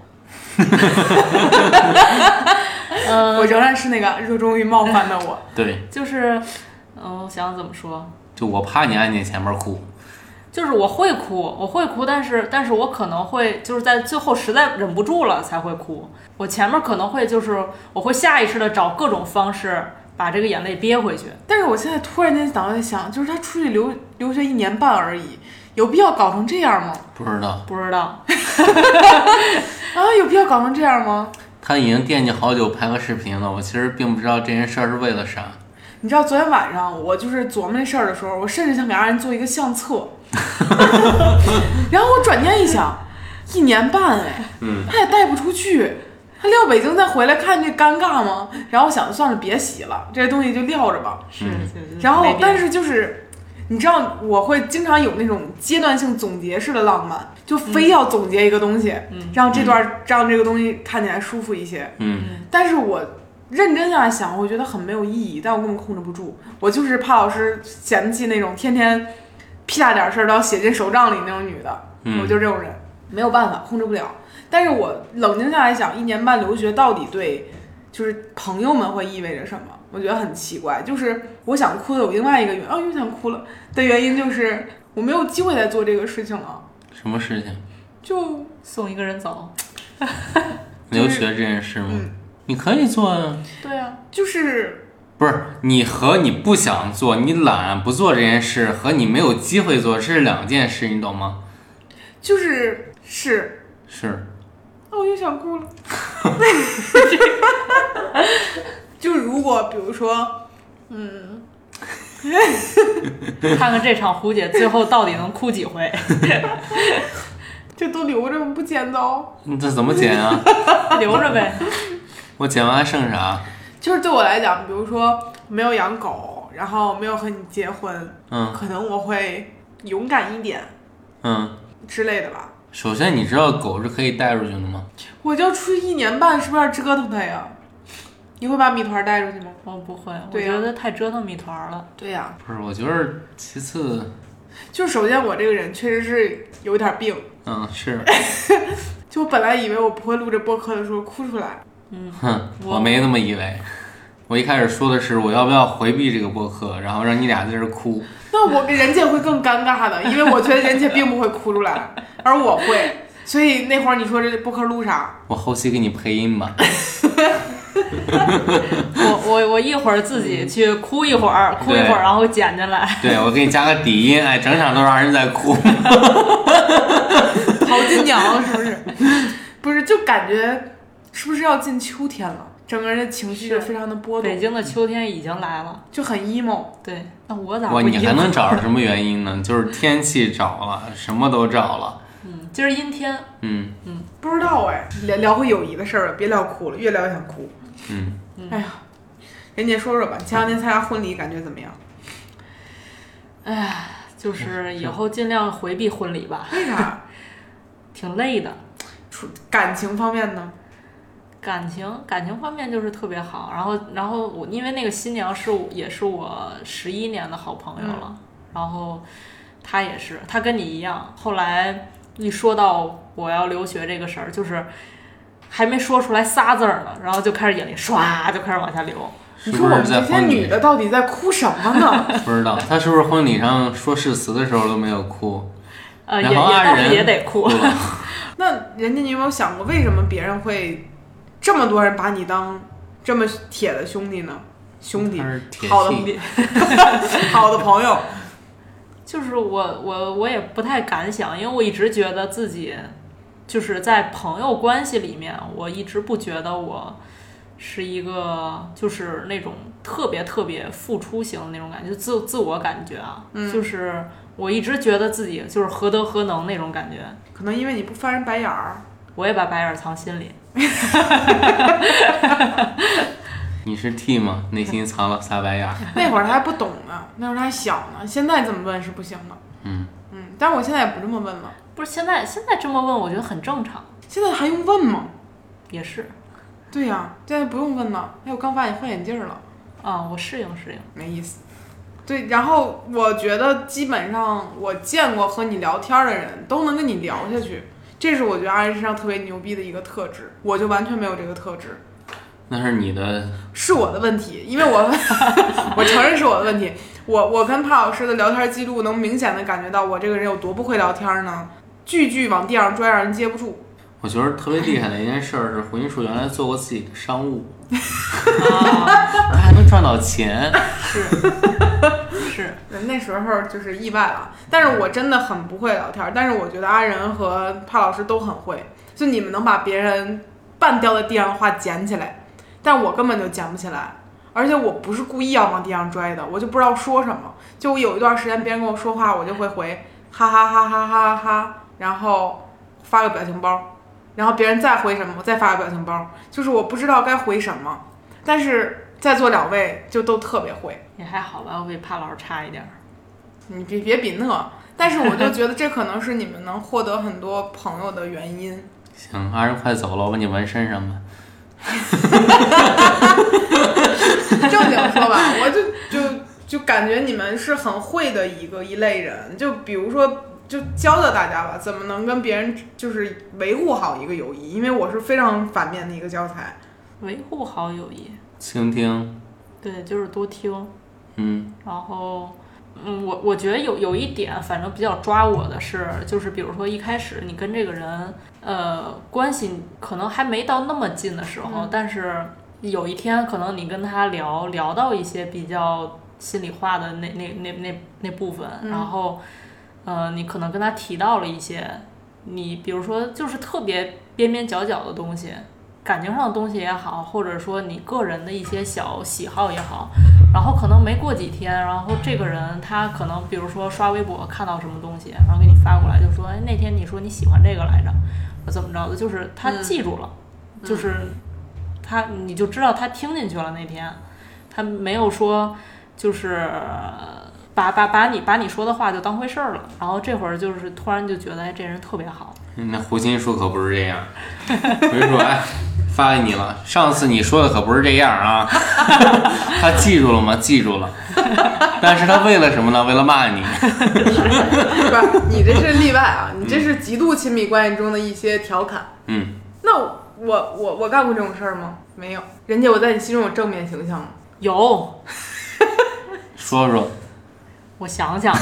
[SPEAKER 2] 嗯、
[SPEAKER 3] 我仍然是那个热衷于冒犯的 我。
[SPEAKER 4] 对，
[SPEAKER 2] 呃就是，嗯、我想想怎么说，
[SPEAKER 4] 就我怕你按键前面哭，
[SPEAKER 2] 就是我会哭，我会哭，但是但是我可能会就是在最后实在忍不住了才会哭。我前面可能会就是我会下意识的找各种方式把这个眼泪憋回去。
[SPEAKER 3] 但是我现在突然间脑袋想，就是他出去留留学一年半而已，有必要搞成这样吗？
[SPEAKER 4] 不知道
[SPEAKER 2] 不知道，
[SPEAKER 3] 啊，有必要搞成这样吗？
[SPEAKER 4] 他已经惦记好久拍个视频了。我其实并不知道这件事儿是为了啥。
[SPEAKER 3] 你知道昨天晚上我就是琢磨这事儿的时候，我甚至想给阿仁做一个相 册，然后我转念一想，一年半哎，
[SPEAKER 4] 嗯，
[SPEAKER 3] 他也带不出去，他撂北京再回来看这尴尬吗？然后我想算了，别洗了，这些东西就撂着吧。
[SPEAKER 2] 是
[SPEAKER 4] 嗯
[SPEAKER 2] 是是
[SPEAKER 3] 然后
[SPEAKER 2] 没，别
[SPEAKER 3] 但
[SPEAKER 2] 的
[SPEAKER 3] 是就是，你知道我会经常有那种阶段性总结式的浪漫，就非要总结一个东西，
[SPEAKER 2] 嗯
[SPEAKER 3] 让这段让这个东西看起来舒服一些。
[SPEAKER 4] 嗯，
[SPEAKER 3] 但是我认真下来想，我觉得很没有意义，但我根本控制不住。我就是怕老师嫌弃那种天天屁大点事儿都要写进手账里那种女的，
[SPEAKER 4] 嗯
[SPEAKER 3] 我就这种人，没有办法控制不了。但是我冷静下来想，一年半留学到底对就是朋友们会意味着什么？我觉得很奇怪。就是我想哭的有另外一个原因，哦，又想哭了的原因就是我没有机会再做这个事情了，
[SPEAKER 4] 什么事情？
[SPEAKER 3] 就
[SPEAKER 2] 送一个人走，
[SPEAKER 4] 留学这件事吗？
[SPEAKER 3] 嗯
[SPEAKER 4] 你可以做啊。
[SPEAKER 2] 对啊，
[SPEAKER 3] 就是
[SPEAKER 4] 不是你和你不想做、你懒不做这件事，和你没有机会做这是两件事，你懂吗？
[SPEAKER 3] 就是是，
[SPEAKER 4] 是，
[SPEAKER 3] 哦，我又想哭 了。就是如果比如说，
[SPEAKER 2] 看看这场胡姐最后到底能哭几回。
[SPEAKER 3] 这都留着不剪刀，
[SPEAKER 4] 你这怎么剪啊？
[SPEAKER 2] 留着呗。
[SPEAKER 4] 我剪完还剩啥？
[SPEAKER 3] 就是对我来讲，比如说没有养狗，然后没有和你结婚，
[SPEAKER 4] 嗯
[SPEAKER 3] 可能我会勇敢一点
[SPEAKER 4] 嗯，
[SPEAKER 3] 之类的吧。
[SPEAKER 4] 首先你知道狗是可以带出去的吗？
[SPEAKER 3] 我就出去一年半，是不是要折腾它呀？你会把米团带出去吗？
[SPEAKER 2] 我不会，我
[SPEAKER 3] 对
[SPEAKER 2] 觉
[SPEAKER 3] 呀
[SPEAKER 2] 得太折腾米团了。
[SPEAKER 3] 对呀、
[SPEAKER 4] 不是，我觉得其次，
[SPEAKER 3] 就是首先我这个人确实是有一点病，
[SPEAKER 4] 嗯是，
[SPEAKER 3] 就我本来以为我不会录这播客的时候哭出来，
[SPEAKER 4] 哼，
[SPEAKER 2] 我
[SPEAKER 4] 我没那么以为。我一开始说的是我要不要回避这个播客，然后让你俩在这儿哭。
[SPEAKER 3] 那我跟人家会更尴尬的，因为我觉得人家并不会哭出来，而我会。所以那会儿你说这播客录啥？
[SPEAKER 4] 我后期给你配音吧。
[SPEAKER 2] 我我我一会儿自己去哭一会儿，哭一会
[SPEAKER 4] 对
[SPEAKER 2] 儿，然后捡进来。
[SPEAKER 4] 对，我给你加个底音，哎，整场都让人在哭。
[SPEAKER 3] 淘金 娘是不是？不是，就感觉是不是要进秋天了？整个人的情绪就是非常的波
[SPEAKER 2] 北
[SPEAKER 3] 动，
[SPEAKER 2] 京的秋天已经来了，
[SPEAKER 3] 就很 emo。
[SPEAKER 2] 对，那我咋不
[SPEAKER 4] 哇，你还
[SPEAKER 2] emo
[SPEAKER 4] 能找着什么原 因呢？就是天气找了，什么都找了。
[SPEAKER 2] 嗯今儿阴天，
[SPEAKER 4] 嗯
[SPEAKER 3] 不知道哎，聊聊回友谊的事儿了，别聊哭了，越聊越想哭。
[SPEAKER 4] 嗯，
[SPEAKER 3] 哎呀，人家说说吧，前两天参加婚礼感觉怎么样？
[SPEAKER 2] 就是以后尽量回避婚礼吧，
[SPEAKER 3] 为 啥？
[SPEAKER 2] 挺累的。
[SPEAKER 3] 出感情方面呢？
[SPEAKER 2] 感情感情方面就是特别好，然后然后我因为那个新娘是我也是我十一年的好朋友了，
[SPEAKER 4] 嗯
[SPEAKER 2] 然后她也是，她跟你一样，后来一说到我要留学这个事儿，就是还没说出来仨字儿呢，然后就开始眼泪唰就开始往下流，
[SPEAKER 4] 是
[SPEAKER 3] 你
[SPEAKER 4] 不
[SPEAKER 3] 说我们
[SPEAKER 4] 在
[SPEAKER 3] 这些
[SPEAKER 4] 婚
[SPEAKER 3] 女
[SPEAKER 4] 礼？
[SPEAKER 3] 的到底在哭什么呢？
[SPEAKER 4] 不知道他是不是婚礼上说誓词的时候都没有哭？
[SPEAKER 2] 呃，也
[SPEAKER 4] 然
[SPEAKER 2] 也
[SPEAKER 4] 后
[SPEAKER 2] 倒
[SPEAKER 4] 二
[SPEAKER 2] 是
[SPEAKER 4] 人
[SPEAKER 2] 也得哭，
[SPEAKER 4] 了。
[SPEAKER 3] 那人家你有没有想过，为什么别人会这么多人把你当这么铁的兄弟呢？ 兄弟
[SPEAKER 4] 他，是嗯铁
[SPEAKER 3] 好的
[SPEAKER 4] 系，
[SPEAKER 3] 好的朋友，
[SPEAKER 2] 就是我我我也不太敢想，因为我一直觉得自己就是在朋友关系里面，我一直不觉得我是一个就是那种特别特别付出型的那种感觉，就自自我感觉啊，就是我一直觉得自己就是何德何能那种感觉，
[SPEAKER 3] 可能因为你不翻人白眼儿，
[SPEAKER 2] 我也把白眼儿藏心里。
[SPEAKER 4] 你是 T 吗？内心藏了仨白 眼儿。
[SPEAKER 3] 那会儿他还不懂呢，那会儿他还小呢，现在这么问是不行的。
[SPEAKER 4] 嗯
[SPEAKER 3] 嗯，但是我现在也不这么问了，
[SPEAKER 2] 不是现在现在这么问，我觉得很正常，
[SPEAKER 3] 现在还用问吗？
[SPEAKER 2] 也是
[SPEAKER 3] 对呀、现在不用问了。哎，我刚发现换眼镜儿了，
[SPEAKER 2] 啊、我适应适应。
[SPEAKER 3] 没意思。对，然后我觉得基本上我见过和你聊天儿的人都能跟你聊下去，这是我觉得阿姨身上特别牛逼的一个特质，我就完全没有这个特质，
[SPEAKER 4] 那是你的，
[SPEAKER 3] 是我的问题，因为我 我承认是我的问题。我我跟帕老师的聊天记录能明显的感觉到我这个人有多不会聊天呢，句句往地上拽，让人接不住。
[SPEAKER 4] 我觉得特别厉害的一件事儿是胡金树原来做过自己的 商务，
[SPEAKER 2] 啊，
[SPEAKER 4] 他还能赚到钱。
[SPEAKER 2] 是
[SPEAKER 3] 那时候就是意外了，但是我真的很不会聊天儿，但是我觉得阿仁和帕老师都很会，就你们能把别人半掉在地上的话捡起来，但我根本就捡不起来，而且我不是故意要往地上拽的，我就不知道说什么，就我有一段时间别人跟我说话，我就会回哈哈哈哈哈哈哈，然后发个表情包，然后别人再回什么，我再发个表情包，就是我不知道该回什么，但是在座两位就都特别会。
[SPEAKER 2] 也还好吧，我比帕老师差一点儿。
[SPEAKER 3] 你别别比那，但是我就觉得这可能是你们能获得很多朋友的原因。
[SPEAKER 4] 行，阿仁快走了，我把你纹身上吧。
[SPEAKER 3] 正经说吧，我就就就感觉你们是很会的一个一类人。就比如说，就教教大家吧，怎么能跟别人就是维护好一个友谊，因为我是非常反面的一个教材。
[SPEAKER 2] 维护好友谊，
[SPEAKER 4] 倾听，
[SPEAKER 2] 对，就是多听，
[SPEAKER 4] 嗯，
[SPEAKER 2] 然后。嗯，我我觉得有有一点，反正比较抓我的是，就是比如说一开始你跟这个人，呃，关系可能还没到那么近的时候，但是有一天可能你跟他聊聊到一些比较心里话的那那那那那部分，然后，呃，你可能跟他提到了一些，你比如说就是特别边边角角的东西，感情上的东西也好，或者说你个人的一些小喜好也好，然后可能没过几天，然后这个人他可能比如说刷微博看到什么东西，然后给你发过来，就说哎那天你说你喜欢这个来着，啊怎么着的，就是他记住了，就是他你就知道他听进去了那天，他没有说就是。把把把你把你说的话就当回事儿了，然后这会儿就是突然就觉得哎这人特别好，
[SPEAKER 4] 嗯那胡金树可不是这样。胡金树，哎，发给你了，上次你说的可不是这样啊。 他记住了吗？记住了，但是他为了什么呢？为了骂你。
[SPEAKER 3] 不是，你这是例外啊，你这是极度亲密关系中的一些调侃。
[SPEAKER 4] 嗯，
[SPEAKER 3] 那我我我干过这种事儿吗？没有，人家我在你心中有正面形象吗？
[SPEAKER 2] 有
[SPEAKER 4] 说说，
[SPEAKER 2] 我想想，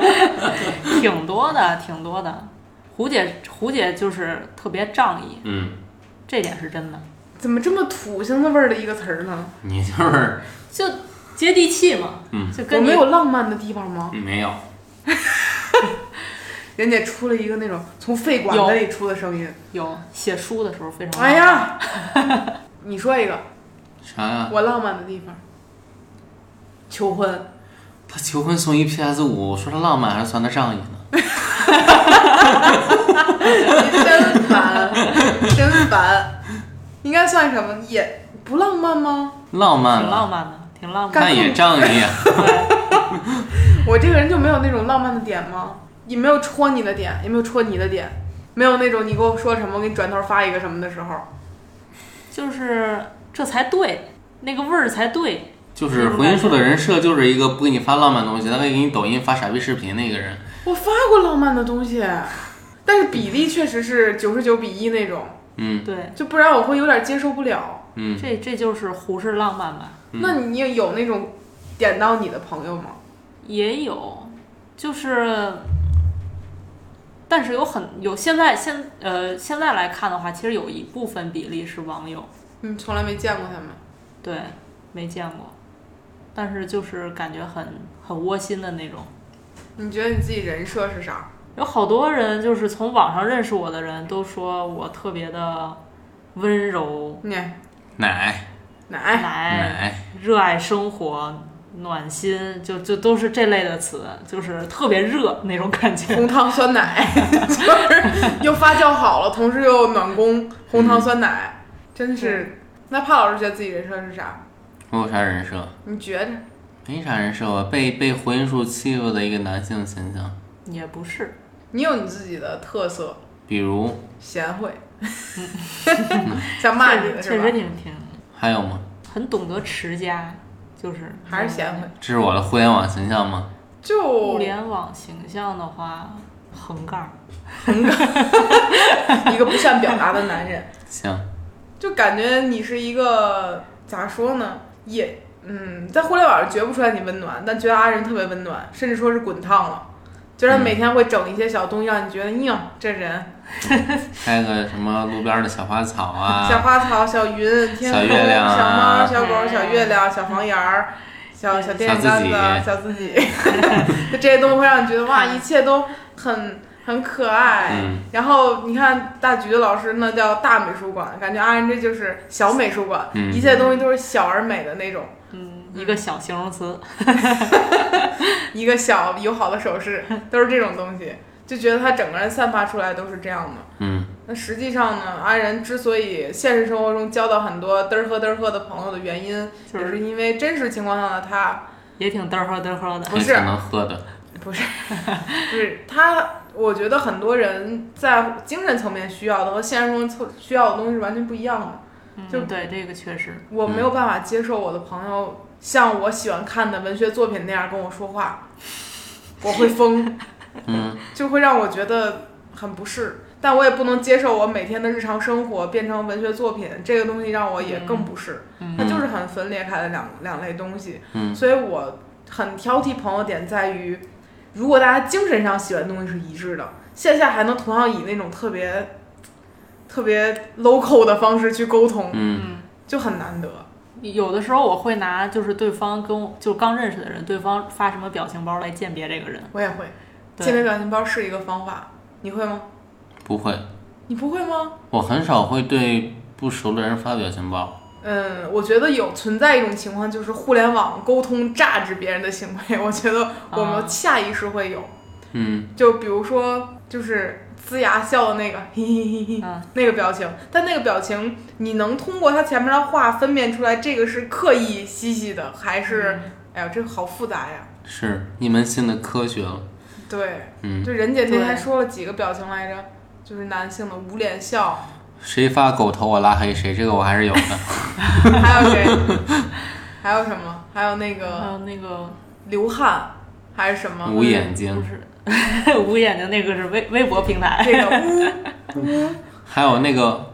[SPEAKER 2] 挺多的，挺多的。胡姐，胡姐就是特别仗义，
[SPEAKER 4] 嗯，
[SPEAKER 2] 这点是真的，
[SPEAKER 3] 怎么这么土腥的味儿的一个词儿呢？
[SPEAKER 4] 你就是
[SPEAKER 2] 就接地气嘛。
[SPEAKER 4] 嗯，
[SPEAKER 2] 就
[SPEAKER 3] 我
[SPEAKER 2] 跟你
[SPEAKER 3] 没有浪漫的地方吗？
[SPEAKER 4] 没有。
[SPEAKER 3] 人家出了一个那种从肺管子里出的声音。
[SPEAKER 2] 有写书的时候非常。
[SPEAKER 3] 哎，呀， 你说 一个
[SPEAKER 4] 啥呀？
[SPEAKER 3] 我浪漫的地方， 求婚。
[SPEAKER 4] 他求婚送一 PS 五，我说他浪漫还是算他仗义呢？
[SPEAKER 3] 你真烦，真烦。应该算什么？也不浪漫吗？
[SPEAKER 4] 浪漫
[SPEAKER 2] 挺
[SPEAKER 4] 了，
[SPEAKER 2] 浪漫的，挺浪漫的。
[SPEAKER 4] 但也仗义啊。
[SPEAKER 3] 我这个人就没有那种浪漫的点吗？也没有戳你的点，也没有戳你的点，没有那种你给我说什么，我给你转头发一个什么的时候。
[SPEAKER 2] 就是这才对，那个味儿才对。
[SPEAKER 4] 就是胡云树的人设就是一个不给你发浪漫东西，他会给你抖音发傻逼视频那个人。
[SPEAKER 3] 我发过浪漫的东西，但是比例确实是九十九比一那种，
[SPEAKER 4] 嗯
[SPEAKER 2] 对，
[SPEAKER 3] 就不然我会有点接受不了。
[SPEAKER 4] 嗯，
[SPEAKER 2] 这这就是胡适浪漫吧？
[SPEAKER 3] 那你有那种点到你的朋友吗？
[SPEAKER 2] 也有，就是，但是有很有现在现呃现在来看的话，其实有一部分比例是网友。
[SPEAKER 3] 嗯，从来没见过他们。
[SPEAKER 2] 对，没见过，但是就是感觉很很窝心的那种。
[SPEAKER 3] 你觉得你自己人设是啥？
[SPEAKER 2] 有好多人就是从网上认识我的人都说我特别的温柔、
[SPEAKER 3] 你
[SPEAKER 4] 奶
[SPEAKER 3] 奶
[SPEAKER 2] 奶、
[SPEAKER 3] 哎
[SPEAKER 4] 奶，
[SPEAKER 2] 热爱生活、暖心，就就都是这类的词，就是特别热那种感觉。
[SPEAKER 3] 红糖酸 奶，就是又发酵好了，同时又暖宫红糖酸奶，
[SPEAKER 2] 嗯
[SPEAKER 3] 真是。那帕老师觉得自己人设是啥？
[SPEAKER 4] 我有啥人设？
[SPEAKER 3] 你觉着？
[SPEAKER 4] 没啥人设，我被被胡云树欺负的一个男性形象，
[SPEAKER 2] 也不是，
[SPEAKER 3] 你有你自己的特色，
[SPEAKER 4] 比如
[SPEAKER 3] 贤 惠，想骂你的是
[SPEAKER 2] 确实
[SPEAKER 3] 吧？
[SPEAKER 2] 挺挺
[SPEAKER 4] 还有吗？
[SPEAKER 2] 很懂得持家，就是嗯
[SPEAKER 3] 还是贤惠？
[SPEAKER 4] 这是我的互联网形象吗？
[SPEAKER 3] 就
[SPEAKER 2] 互联网形象的话，横杠，
[SPEAKER 3] 一个不善表达的男人，
[SPEAKER 4] 行，
[SPEAKER 3] 就感觉你是一个咋说呢，也嗯，在互联网上觉不出来你温暖，但觉得阿仁特别温暖，甚至说是滚烫了。就是他每天会整一些小东西，让你觉得硬，这人
[SPEAKER 4] 开个什么路边的小花草
[SPEAKER 3] 小
[SPEAKER 4] 啊，
[SPEAKER 3] 花草、小云、天
[SPEAKER 4] 小
[SPEAKER 3] 空、
[SPEAKER 4] 月亮
[SPEAKER 3] 小
[SPEAKER 4] 啊
[SPEAKER 3] 猫、小狗、小月亮、小房檐儿、小小电线杆子、小自己， 就这些东西会让你觉得哇，一切都很很可爱。
[SPEAKER 4] 嗯，
[SPEAKER 3] 然后你看大橘子老师那叫大美术馆，感觉阿仁这就是小美术馆，
[SPEAKER 4] 嗯
[SPEAKER 3] 一切东西都是小而美的那种，
[SPEAKER 2] 嗯，一个小形容词，
[SPEAKER 3] 一个小友好的手势，都是这种东西，就觉得他整个人散发出来都是这样的。
[SPEAKER 4] 嗯，
[SPEAKER 3] 那实际上呢，阿仁之所以现实生活中交到很多嘚儿呵嘚儿呵的朋友的原因，
[SPEAKER 2] 就
[SPEAKER 3] 也
[SPEAKER 2] 是
[SPEAKER 3] 是因为真实情况下的他
[SPEAKER 2] 也挺嘚呵嘚呵的。
[SPEAKER 3] 不是
[SPEAKER 4] 也挺能喝的，
[SPEAKER 3] 就是 他，我觉得很多人在精神层面需要的和现实中层需要的东西是完全不一样的。就
[SPEAKER 2] 嗯，对，这个确实，
[SPEAKER 3] 我没有办法接受我的朋友像我喜欢看的文学作品那样跟我说话，我会 疯，
[SPEAKER 4] 嗯，
[SPEAKER 3] 就会让我觉得很不适。但我也不能接受我每天的日常生活变成文学作品，这个东西让我也更不适。它
[SPEAKER 4] 嗯
[SPEAKER 3] 就是很分裂开的两两类东西。
[SPEAKER 4] 嗯
[SPEAKER 3] 所以我很挑剔朋友点在于，如果大家精神上喜欢的东西是一致的，线下还能同样以那种特别特别 local 的方式去沟通，
[SPEAKER 4] 嗯
[SPEAKER 2] 嗯，
[SPEAKER 3] 就很难得。
[SPEAKER 2] 有的时候我会拿就是对方跟我就刚认识的人，对方发什么表情包来鉴别这个人。
[SPEAKER 3] 我也会，
[SPEAKER 2] 对
[SPEAKER 3] 鉴别表情包是一个方法，你会吗？
[SPEAKER 4] 不会，
[SPEAKER 3] 你不会吗？
[SPEAKER 4] 我很少会对不熟的人发表情包，
[SPEAKER 3] 嗯，我觉得有存在一种情况，就是互联网沟通榨汁别人的行为，我觉得我
[SPEAKER 2] 啊
[SPEAKER 3] 们下意识会有。
[SPEAKER 4] 嗯，
[SPEAKER 3] 就比如说，就是呲牙笑的那个， 嘿嘿嘿嘿，
[SPEAKER 2] 嗯
[SPEAKER 3] 那个表情。但那个表情，你能通过他前面的话分辨出来，这个是刻意嘻嘻的，还是、
[SPEAKER 2] 嗯
[SPEAKER 3] 哎呀，这个好复杂呀。
[SPEAKER 4] 是一门新的科学了，
[SPEAKER 3] 对，
[SPEAKER 4] 嗯，
[SPEAKER 3] 就任姐那
[SPEAKER 2] 对
[SPEAKER 3] 天说了几个表情来着，就是男性的捂脸笑，
[SPEAKER 4] 谁发狗头我拉黑谁，这个我还是 有的，
[SPEAKER 3] 还有谁？ 还有什么？还有那
[SPEAKER 2] 还
[SPEAKER 3] 个
[SPEAKER 2] 有那个
[SPEAKER 3] 流汗，还是什么？
[SPEAKER 4] 无眼
[SPEAKER 2] 不
[SPEAKER 4] 睛，
[SPEAKER 2] 是 无眼睛那个是微微博平台，
[SPEAKER 3] 这个呜，
[SPEAKER 4] 还有那个，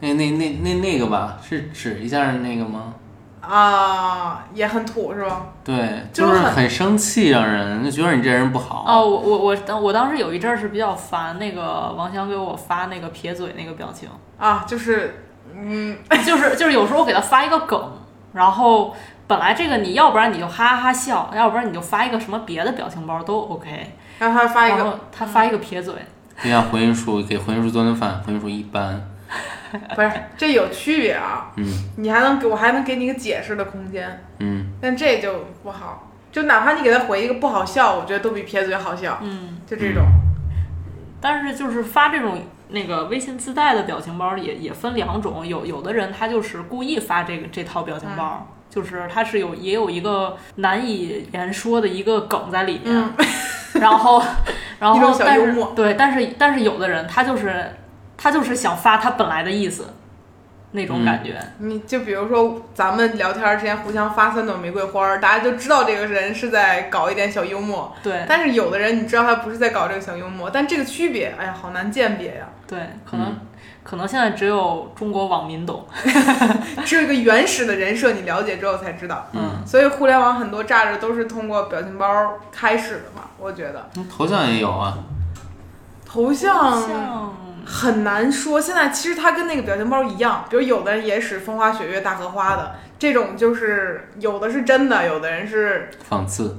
[SPEAKER 4] 那那那那那个吧，是指一下那个吗？
[SPEAKER 3] 啊，也很土是吧？
[SPEAKER 4] 对，
[SPEAKER 3] 就是
[SPEAKER 4] 就是
[SPEAKER 3] 很
[SPEAKER 4] 很生气，让人就觉得你这人不 好。
[SPEAKER 2] 哦，我我我当我当时有一阵儿是比较烦那个王翔给我发那个撇嘴那个表情，
[SPEAKER 3] 啊，就是嗯，
[SPEAKER 2] 就是就是有时候我给他发一个梗，然后本来这个你要不然你就哈哈哈笑，要不然你就发一个什么别的表情包都 OK，
[SPEAKER 3] 然后他发一
[SPEAKER 2] 然
[SPEAKER 3] 个嗯
[SPEAKER 2] 后他发一个撇嘴，
[SPEAKER 4] 就像回音术，给回音术做顿饭，回音术一般。
[SPEAKER 3] 不是，这有区别啊。
[SPEAKER 4] 嗯
[SPEAKER 3] 你还能给我还能给你一个解释的空间，
[SPEAKER 4] 嗯，
[SPEAKER 3] 但这就不好。就哪怕你给他回一个不好笑，我觉得都比撇嘴好笑。
[SPEAKER 2] 嗯，
[SPEAKER 3] 就这种，
[SPEAKER 2] 但是就是发这种那个微信自带的表情包也也分两种，有有的人他就是故意发这个这套表情
[SPEAKER 3] 嗯
[SPEAKER 2] 包。就是他是有也有一个难以言说的一个梗在里面，
[SPEAKER 3] 嗯，
[SPEAKER 2] 然后，然
[SPEAKER 3] 一种
[SPEAKER 2] 后
[SPEAKER 3] 小
[SPEAKER 2] 但
[SPEAKER 3] 幽
[SPEAKER 2] 是
[SPEAKER 3] 默
[SPEAKER 2] 对，但是但是有的人他就是他就是想发他本来的意思，那种感觉。
[SPEAKER 3] 你就比如说咱们聊天之前互相发三朵玫瑰花儿，大家就知道这个人是在搞一点小幽默。
[SPEAKER 2] 对
[SPEAKER 3] 但是有的人你知道他不是在搞这个小幽默，但这个区别，哎呀，好难鉴别呀、
[SPEAKER 2] 对，可能、可能现在只有中国网民懂。
[SPEAKER 3] 只有一个原始的人设，你了解之后才知道。
[SPEAKER 4] 嗯，
[SPEAKER 3] 所以互联网很多榨着都是通过表情包开始的嘛，我觉得
[SPEAKER 4] 头像也有啊。
[SPEAKER 3] 头像。
[SPEAKER 2] 像
[SPEAKER 3] 很难说。现在其实它跟那个表情包一样，比如有的人也使风花雪月、大荷花的，这种就是有的是真的，有的人是
[SPEAKER 4] 讽刺，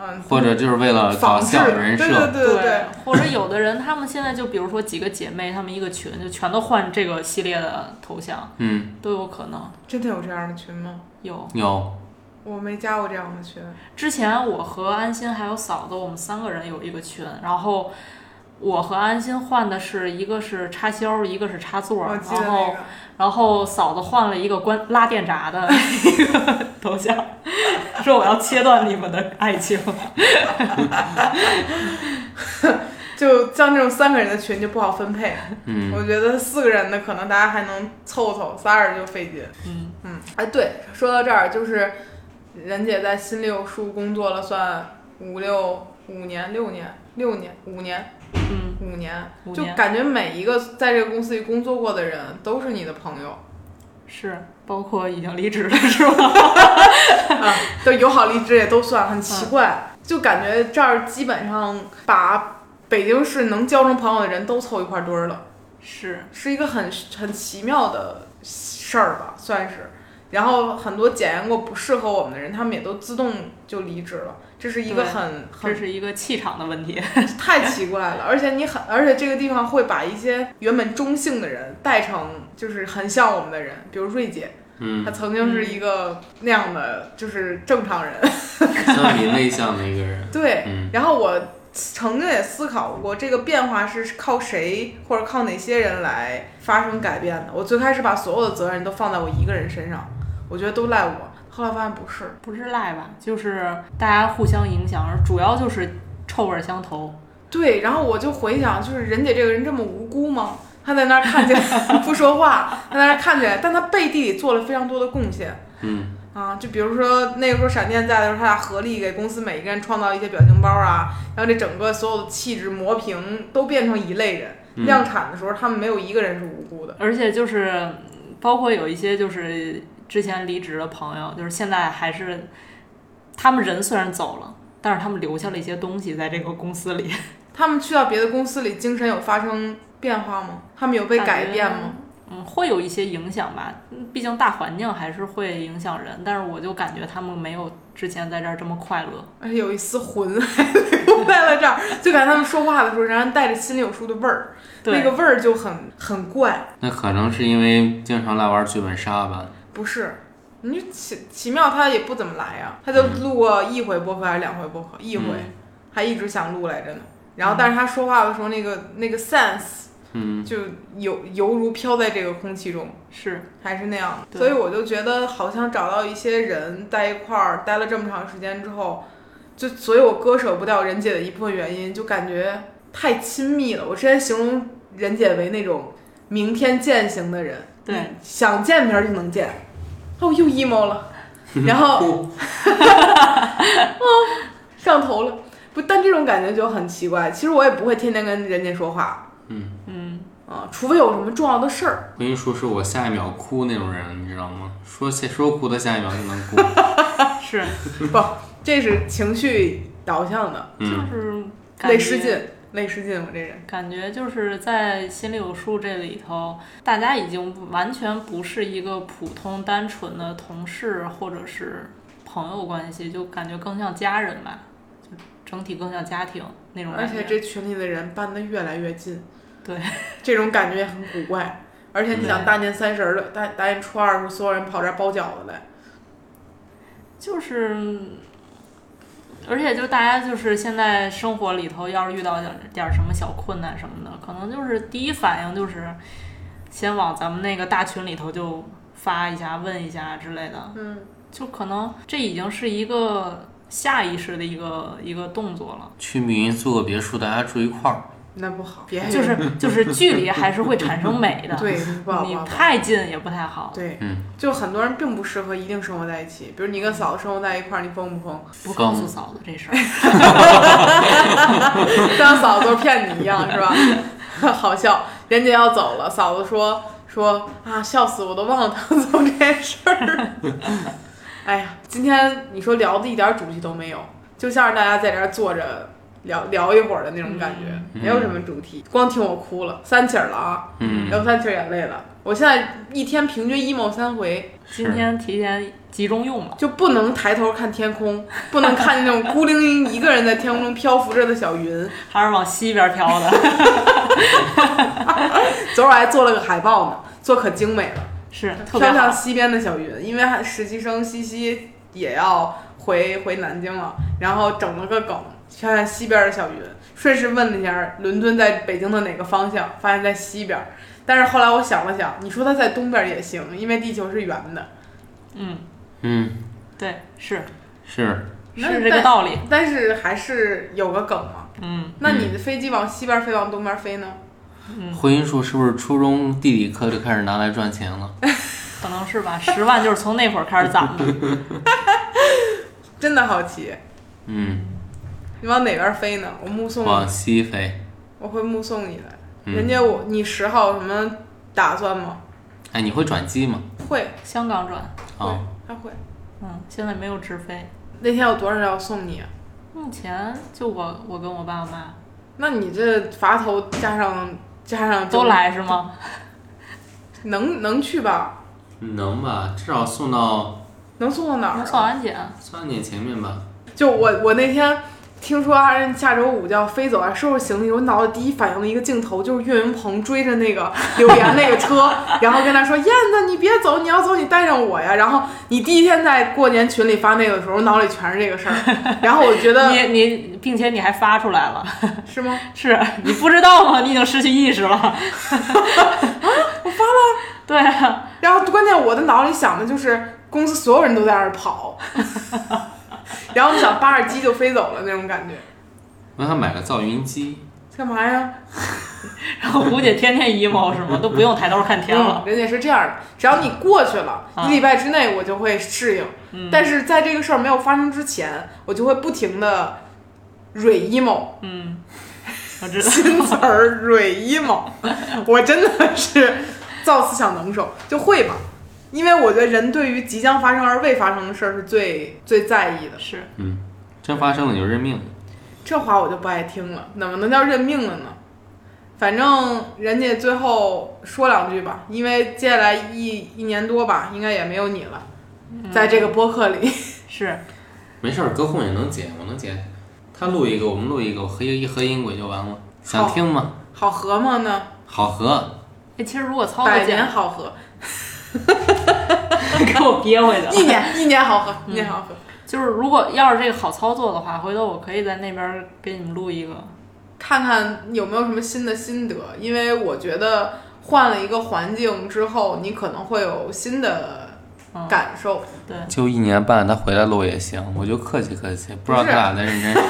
[SPEAKER 3] 嗯
[SPEAKER 4] 或者就是为了搞
[SPEAKER 3] 仿制
[SPEAKER 4] 笑
[SPEAKER 3] 的，
[SPEAKER 4] 人
[SPEAKER 3] 对对
[SPEAKER 4] 设，
[SPEAKER 3] 对对对。
[SPEAKER 2] 或者有的人他们现在就比如说几个姐妹，她们一个群就全都换这个系列的头像，
[SPEAKER 4] 嗯，
[SPEAKER 2] 都有可能
[SPEAKER 3] 真的有这样的群吗？
[SPEAKER 2] 有。
[SPEAKER 4] 有，
[SPEAKER 3] 我没加过这样的群。
[SPEAKER 2] 之前我和安心还有嫂子，我们三个人有一个群，然后我和安心换的是一个是插销，一个是插座，
[SPEAKER 3] 我
[SPEAKER 2] 然
[SPEAKER 3] 记得
[SPEAKER 2] 后
[SPEAKER 3] 那个，
[SPEAKER 2] 然后嫂子换了一个关拉电闸的一个头像， 说我要切断你们的爱情。
[SPEAKER 3] 就像这种三个人的群就不好分配。
[SPEAKER 4] 嗯，
[SPEAKER 3] 我觉得四个人的可能大家还能凑凑，仨人就费劲。
[SPEAKER 2] 嗯
[SPEAKER 3] 嗯，哎，对，说到这儿就是，任姐在新六书工作了算五六五年、六年、六年、五年、
[SPEAKER 2] 嗯，
[SPEAKER 3] 五年，
[SPEAKER 2] 五
[SPEAKER 3] 就
[SPEAKER 2] 年
[SPEAKER 3] 感觉每一个在这个公司里工作过的人都是你的朋友，
[SPEAKER 2] 是包括已经离职了是吗？
[SPEAKER 3] 啊，都友好离职也都算，很奇怪，就感觉这儿基本上把北京市能交成朋友的人都凑一块堆儿了。
[SPEAKER 2] 是，
[SPEAKER 3] 是一个很很奇妙的事儿吧，算是。然后很多检验过不适合我们的人，他们也都自动就离职了，这是一个
[SPEAKER 2] 对
[SPEAKER 3] 很
[SPEAKER 2] 这
[SPEAKER 3] 很
[SPEAKER 2] 是一个气场的问题。
[SPEAKER 3] 太奇怪了。而且你很，而且这个地方会把一些原本中性的人带成就是很像我们的人，比如瑞姐，
[SPEAKER 4] 嗯
[SPEAKER 3] 她，曾经是一个那样的就是正常人，
[SPEAKER 4] 像你内向的一个人，
[SPEAKER 3] 对。
[SPEAKER 4] 嗯
[SPEAKER 3] 然后我曾经也思考过，这个变化是靠谁或者靠哪些人来发生改变的。我最开始把所有的责任都放在我一个人身上，我觉得都赖我。后来发现不是，
[SPEAKER 2] 不是赖吧，就是大家互相影响，主要就是臭味儿相投。
[SPEAKER 3] 对。然后我就回想，就是任姐这个人这么无辜吗？她在那儿看起来 不说话，她在那儿看起来，但她背地里做了非常多的贡献
[SPEAKER 4] 嗯
[SPEAKER 3] 啊。就比如说那个时候闪电在的时候，他俩合力给公司每一个人创造一些表情包啊，然后这整个所有的气质磨平都变成一类人。
[SPEAKER 4] 嗯
[SPEAKER 3] 量产的时候，他们没有一个人是无辜的。
[SPEAKER 2] 而且就是嗯包括有一些就是之前离职的朋友，就是现在还是他们人虽然走了，但是他们留下了一些东西在这个公司里。
[SPEAKER 3] 他们去到别的公司里，精神有发生变化吗？他们有被改变吗？
[SPEAKER 2] 嗯，会有一些影响吧，嗯毕竟大环境还是会影响人。但是我就感觉他们没有之前在这儿这么快乐。
[SPEAKER 3] 而哎且有一丝魂还留在 了这儿，就感觉他们说话的时候，仍然带着心里有数的味儿，
[SPEAKER 2] 对，
[SPEAKER 3] 那个味儿就很很怪。
[SPEAKER 4] 那可能是因为经常来玩剧本杀吧。
[SPEAKER 3] 不是，你就奇奇妙他也不怎么来呀、他就录过一回播客还是两回播客，一回，
[SPEAKER 4] 嗯
[SPEAKER 3] 还一直想录来着呢。然后，但是他说话的时候，那个那个 sense
[SPEAKER 4] 嗯，
[SPEAKER 3] 就犹犹如飘在这个空气中。
[SPEAKER 2] 嗯是
[SPEAKER 3] 还是那样的，
[SPEAKER 2] 对
[SPEAKER 3] 所以我就觉得好像找到一些人在一块儿待了这么长时间之后，就所以我割舍不掉任姐的一部分原因，就感觉太亲密了。我之前形容任姐为那种明天见型的人，
[SPEAKER 2] 对
[SPEAKER 3] 嗯，想见明儿就能见。哦，又 emo 了， 然后
[SPEAKER 4] 哭
[SPEAKER 3] 上头了，不，但这种感觉就很奇怪。其实我也不会天天跟任姐说话，
[SPEAKER 4] 嗯，
[SPEAKER 2] 嗯，
[SPEAKER 3] 啊、除非有什么重要的事儿。
[SPEAKER 4] 我跟你说，是我下一秒哭那种人，你知道吗？说下说哭的下一秒就能哭。
[SPEAKER 3] 嗯
[SPEAKER 2] 是，
[SPEAKER 3] 不，这是情绪导向的，
[SPEAKER 2] 就
[SPEAKER 4] 嗯，
[SPEAKER 2] 是感
[SPEAKER 3] 累
[SPEAKER 2] 觉
[SPEAKER 3] 失禁，累失禁，我这人。
[SPEAKER 2] 感觉就是在心里有数这里头，大家已经不完全不是一个普通单纯的同事或者是朋友关系，就感觉更像家人吧，就整体更像家庭那种
[SPEAKER 3] 而
[SPEAKER 2] 感觉。
[SPEAKER 3] 且这群里的人搬得越来越近，
[SPEAKER 2] 对，
[SPEAKER 3] 这种感觉也很古怪。而且你想，
[SPEAKER 2] 对
[SPEAKER 3] 大年三十儿的，
[SPEAKER 2] 嗯
[SPEAKER 3] 大大年初二的时候，所有人跑这儿包饺子来，
[SPEAKER 2] 就是，嗯而且就大家就是现在生活里头，要是遇到点点儿什么小困难什么的，可能就是第一反应就是先往咱们那个大群里头就发一下、问一下之类的。
[SPEAKER 3] 嗯，
[SPEAKER 2] 就可能这已经是一个下意识的一个一个动作了，
[SPEAKER 4] 去密云租个别墅，大家住一块儿。
[SPEAKER 3] 那不好，别
[SPEAKER 2] 就是就是距离还是会产生美的，
[SPEAKER 3] 对不好不
[SPEAKER 2] 你
[SPEAKER 3] 好，不好
[SPEAKER 2] 太近也不太好，
[SPEAKER 3] 对，
[SPEAKER 4] 嗯，
[SPEAKER 3] 就很多人并不适合一定生活在一起。比如你跟嫂子生活在一块儿，你疯不疯？
[SPEAKER 2] 不告诉嫂子这事儿。
[SPEAKER 3] 像嫂子都骗你一样，是吧？ 好笑，人家要走了，嫂子说说啊，笑死，我都忘了他走这件事儿。 哎呀，今天你说聊的一点主题都没有，就像是大家在这儿坐着聊聊一会儿的那种感觉，没有什么主题，光听我哭了三起儿了啊，
[SPEAKER 4] 嗯
[SPEAKER 3] 流三起儿眼泪了。我现在一天平均 emo 三回，
[SPEAKER 2] 今天提前集中用了，
[SPEAKER 3] 就不能抬头看天空，不能看见那种孤零零一个人在天空中漂浮着的小云。
[SPEAKER 2] 还是往西边飘的。
[SPEAKER 3] 昨儿我还做了个海报呢，做可精美了，
[SPEAKER 2] 是
[SPEAKER 3] 飘
[SPEAKER 2] 特别
[SPEAKER 3] 向
[SPEAKER 2] 好，
[SPEAKER 3] 西边的小云，因为还实习生西西也要回回南京了，然后整了个梗，飘向西边的小云，顺势问了一下伦敦在北京的哪个方向，发现在西边。但是后来我想了想，你说它在东边也行，因为地球是圆的。
[SPEAKER 2] 嗯，
[SPEAKER 4] 嗯，
[SPEAKER 2] 对，是
[SPEAKER 4] 是
[SPEAKER 3] 那
[SPEAKER 2] 是这个
[SPEAKER 3] 但
[SPEAKER 2] 道理，
[SPEAKER 3] 但是还是有个梗嘛。
[SPEAKER 2] 嗯，
[SPEAKER 3] 那你的飞机往西边飞，往东边飞呢？
[SPEAKER 4] 婚姻术是不是初中地理课就开始拿来赚钱了？
[SPEAKER 2] 可能是吧。十万就是从那会儿开始攒的，
[SPEAKER 3] 真的好奇。
[SPEAKER 4] 嗯，
[SPEAKER 3] 你往哪边飞呢？我目送
[SPEAKER 4] 往
[SPEAKER 3] 你，
[SPEAKER 4] 西飞。
[SPEAKER 3] 我会目送你的。
[SPEAKER 4] 嗯
[SPEAKER 3] 人家我你十号有什么打算吗？
[SPEAKER 4] 哎，你会转机吗？
[SPEAKER 3] 会，
[SPEAKER 2] 香港转，
[SPEAKER 3] 会
[SPEAKER 4] 哦，，
[SPEAKER 3] 他会。
[SPEAKER 2] 嗯，现在没有直飞，
[SPEAKER 3] 那天有多少人要送你啊？
[SPEAKER 2] 目前就我我跟我爸我
[SPEAKER 3] 啊
[SPEAKER 2] 妈
[SPEAKER 3] 那你这伐头加上加上
[SPEAKER 2] 都，来是吗？
[SPEAKER 3] 能能去吧？
[SPEAKER 4] 能吧，至少送到
[SPEAKER 3] 能送到哪儿
[SPEAKER 2] 能
[SPEAKER 3] 啊？
[SPEAKER 2] 送安检，
[SPEAKER 4] 算你前面吧。
[SPEAKER 3] 就我我那天听说阿任下周五就要飞走啊，收拾行李，我脑子第一反应的一个镜头就是岳云鹏追着那 个柳岩那个车，然后跟他说：“燕子，你别走，你要走你带上我呀。”然后你第一天在过年群里发那个的时候，我脑里全是这个事 儿，然后我觉得
[SPEAKER 2] 你你并且你还发出来了，
[SPEAKER 3] 是吗？
[SPEAKER 2] 是你不知道吗？你已经失去意识了。 啊，我发了。 对啊，
[SPEAKER 3] 然后关键我的脑里想的就是公司所有人都在那儿跑， 然后你想扒着鸡就飞走了那种感觉，
[SPEAKER 4] 我想买个噪音机，
[SPEAKER 3] 干嘛呀？
[SPEAKER 2] 然后胡姐天天 emo 是吗？都不用抬头看天
[SPEAKER 3] 嗯
[SPEAKER 2] 了。，
[SPEAKER 3] 人家是这样的，只要你过去了，
[SPEAKER 2] 啊嗯
[SPEAKER 3] 一礼拜之内我就会适应。但是在这个事儿没有发生之前，我就会不停的蕊 emo
[SPEAKER 2] 嗯，我知道。
[SPEAKER 3] 新词儿蕊 emo，我真的是造思想能手，就会吧。因为我觉得人对于即将发生而未发生的事儿是最最在意的，
[SPEAKER 2] 是
[SPEAKER 4] 嗯，真发生了你就认命。
[SPEAKER 3] 这话我就不爱听了，怎么能叫认命了呢？反正人家最后说两句吧，因为接下来一一年多吧，应该也没有你了，
[SPEAKER 2] 嗯
[SPEAKER 3] 在这个播客里，
[SPEAKER 2] 是，
[SPEAKER 4] 没事儿，隔空也能解，我能解。他录一个，我们录一个，我合一合音轨就完了。想听吗？
[SPEAKER 3] 好合吗呢？
[SPEAKER 4] 好合，
[SPEAKER 2] 哎，其实如果操作
[SPEAKER 3] 百
[SPEAKER 2] 简
[SPEAKER 3] 年好合，
[SPEAKER 2] 单，给 我憋回去了。
[SPEAKER 3] 一年一年好合，一年好合，
[SPEAKER 2] 就是如果要是这个好操作的话，回头我可以在那边给你们录一个。
[SPEAKER 3] 看看有没有什么新的心得，因为我觉得换了一个环境之后，你可能会有新的
[SPEAKER 2] 嗯
[SPEAKER 3] 感受。
[SPEAKER 2] 对，
[SPEAKER 4] 就一年半，他回来录也行，我就客气客气，不知
[SPEAKER 3] 不
[SPEAKER 4] 道他
[SPEAKER 3] 是
[SPEAKER 4] 俩在认真 啥。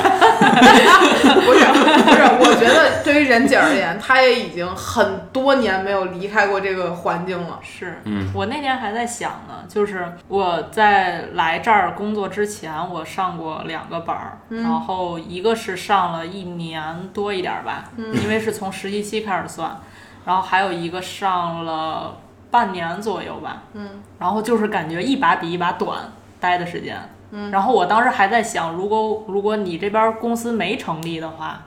[SPEAKER 3] 不是不是，我觉得对于任姐而言，她也已经很多年没有离开过这个环境了。
[SPEAKER 2] 是，
[SPEAKER 4] 嗯，
[SPEAKER 2] 我那天还在想呢，就是我在来这儿工作之前，我上过两个班儿，然后一个是上了一年多一点儿吧，因为是从实习期开始算，然后还有一个上了半年左右吧，嗯，然后就是感觉一把比一把短，待的时间。嗯，然后我当时还在想，如果如果你这边儿公司没成立的话，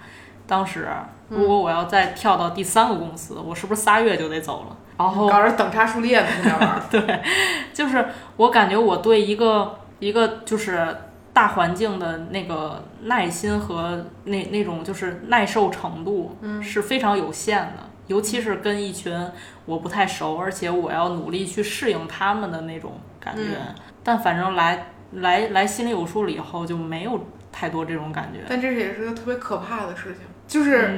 [SPEAKER 2] 当时如果我要再跳到第三个公司，我是不是仨月就得走了？然后
[SPEAKER 3] 搞成等差数列呢，在那玩 儿。
[SPEAKER 2] 就是我感觉我对一个一个就是大环境的那个耐心和那那种就是耐受程度，是非常有限的。尤其是跟一群我不太熟，而且我要努力去适应他们的那种感觉。但反正来来来心里有数了以后，就没有太多这种感觉。
[SPEAKER 3] 但这也是个特别可怕的事情，就是，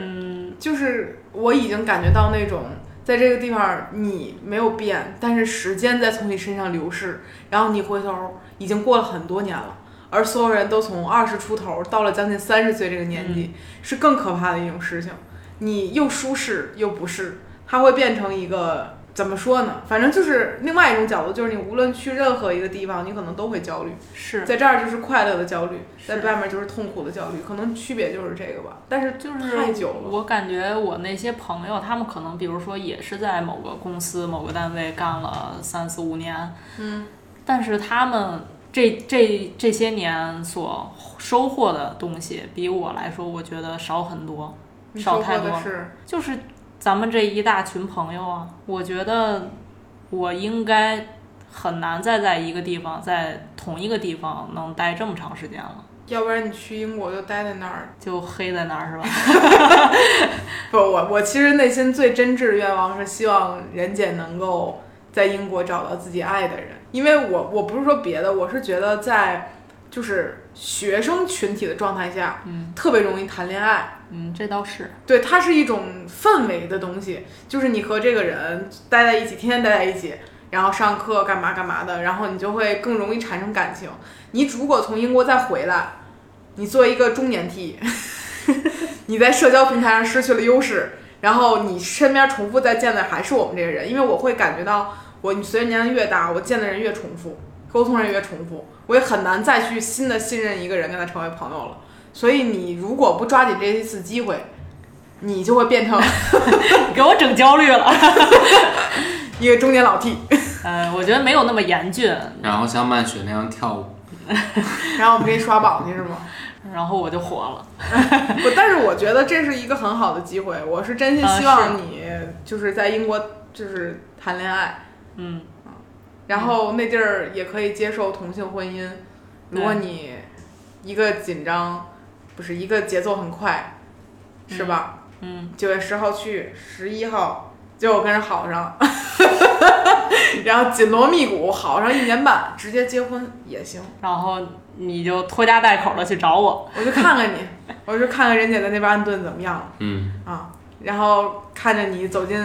[SPEAKER 3] 就是我已经感觉到那种在这个地方你没有变，但是时间在从你身上流逝，然后你回头已经过了很多年了，而所有人都从二十出头到了将近三十岁这个年纪，是更可怕的一种事情。你又舒适又不是，它会变成一个怎么说呢？反正就是另外一种角度，就是你无论去任何一个地方，你可能都会焦虑。
[SPEAKER 2] 是，
[SPEAKER 3] 在这儿就是快乐的焦虑，
[SPEAKER 2] 是
[SPEAKER 3] 在外面就是痛苦的焦虑，可能区别就是这个吧。但是
[SPEAKER 2] 就是
[SPEAKER 3] 太久了，
[SPEAKER 2] 我感觉我那些朋友，他们可能比如说也是在某个公司、某个单位干了三四五年，
[SPEAKER 3] 嗯，
[SPEAKER 2] 但是他们这这这些年所收获的东西，比我来说，我觉得少很多，
[SPEAKER 3] 你
[SPEAKER 2] 少
[SPEAKER 3] 说
[SPEAKER 2] 太
[SPEAKER 3] 过
[SPEAKER 2] 多
[SPEAKER 3] 的
[SPEAKER 2] 了。
[SPEAKER 3] 是，
[SPEAKER 2] 就是咱们这一大群朋友啊，我觉得我应该很难再在一个地方，在同一个地方能待这么长时间了，
[SPEAKER 3] 要不然你去英国就待在那儿。
[SPEAKER 2] 就黑在那儿是吧？
[SPEAKER 3] 不，我我其实内心最真挚的愿望是希望任姐能够在英国找到自己爱的人，因为我我不是说别的，我是觉得在就是学生群体的状态下，
[SPEAKER 2] 嗯，
[SPEAKER 3] 特别容易谈恋爱。
[SPEAKER 2] 嗯，这倒是。
[SPEAKER 3] 对，它是一种氛围的东西，就是你和这个人待在一起，天天待在一起，然后上课干嘛干嘛的，然后你就会更容易产生感情。你如果从英国再回来，你作为一个中年 T，你在社交平台上失去了优势，然后你身边重复再见的还是我们这个人，因为我会感觉到我你随着年龄越大，我见的人越重复，沟通人越重复，我也很难再去新的信任一个人跟他成为朋友了。所以你如果不抓紧这一次机会，你就会变 成
[SPEAKER 2] 给我整焦虑了。
[SPEAKER 3] 一个中年老 T。
[SPEAKER 2] 呃，我觉得没有那么严峻，
[SPEAKER 4] 然后像漫雪那样跳舞，
[SPEAKER 3] 然后我们给你刷榜去是 吗？
[SPEAKER 2] 然后我就火了。
[SPEAKER 3] 不，但是我觉得这是一个很好的机会，我是真心
[SPEAKER 2] 啊
[SPEAKER 3] 希
[SPEAKER 2] 是
[SPEAKER 3] 望你就是在英国就是谈恋爱，
[SPEAKER 2] 嗯，
[SPEAKER 3] 然后那地儿也可以接受同性婚姻。如果
[SPEAKER 2] 对
[SPEAKER 3] 你一个紧张，不是一个节奏很快，是吧？
[SPEAKER 2] 嗯，
[SPEAKER 3] 九月十号去，十一号结果跟人好上， 然后紧锣密鼓好上一年半，直接结婚也行。
[SPEAKER 2] 然后你就拖家带口的去找我。
[SPEAKER 3] 我就看看你，我就看看人家在那边安顿怎么样了
[SPEAKER 4] 嗯，
[SPEAKER 3] 啊，然后看着你走进，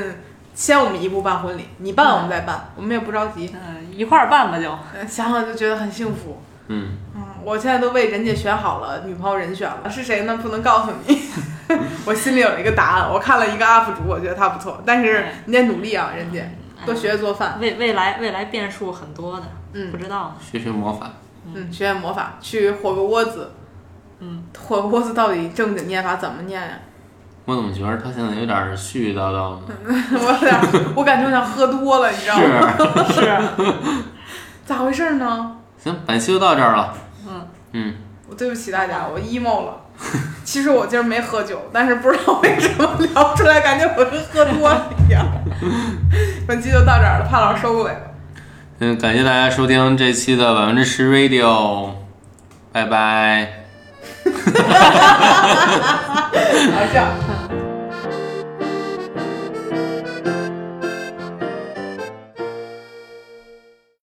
[SPEAKER 3] 先我们一步办婚礼，你办我们再办，我们也不着急。
[SPEAKER 2] 嗯、一块儿办吧就。
[SPEAKER 3] 呃想想就觉得很幸福。
[SPEAKER 4] 嗯，
[SPEAKER 3] 嗯，我现在都为人家选好了女朋友人选了，是谁呢？不能告诉 你，我心里有一个答案。我看了一个 UP 主，我觉得他不错，但是
[SPEAKER 2] 嗯
[SPEAKER 3] 你得努力啊，人家多学学做饭，
[SPEAKER 2] 未未来未来变数很多的，不知道。
[SPEAKER 4] 学学魔法，
[SPEAKER 3] 嗯，学学魔法，去火个窝子。
[SPEAKER 2] 嗯，
[SPEAKER 3] 火个窝子到底正经念法怎么念呀、
[SPEAKER 4] 我怎么觉得他现在有点儿絮絮叨叨呢？
[SPEAKER 3] 我有点儿，我感觉我像喝多了，你知道吗？
[SPEAKER 4] 是，
[SPEAKER 2] 是，
[SPEAKER 3] 咋回事呢？
[SPEAKER 4] 行，本期就到这儿了，
[SPEAKER 2] 嗯
[SPEAKER 4] 嗯，
[SPEAKER 3] 我对不起大家，我 emo 了。其实我今儿没喝酒，但是不知道为什么聊出来，感觉我跟喝多了一样。本期就到这儿了，潘老师收个尾吧。
[SPEAKER 4] 嗯，感谢大家收听这期的百分之十 Radio，拜拜。
[SPEAKER 3] 好，这样。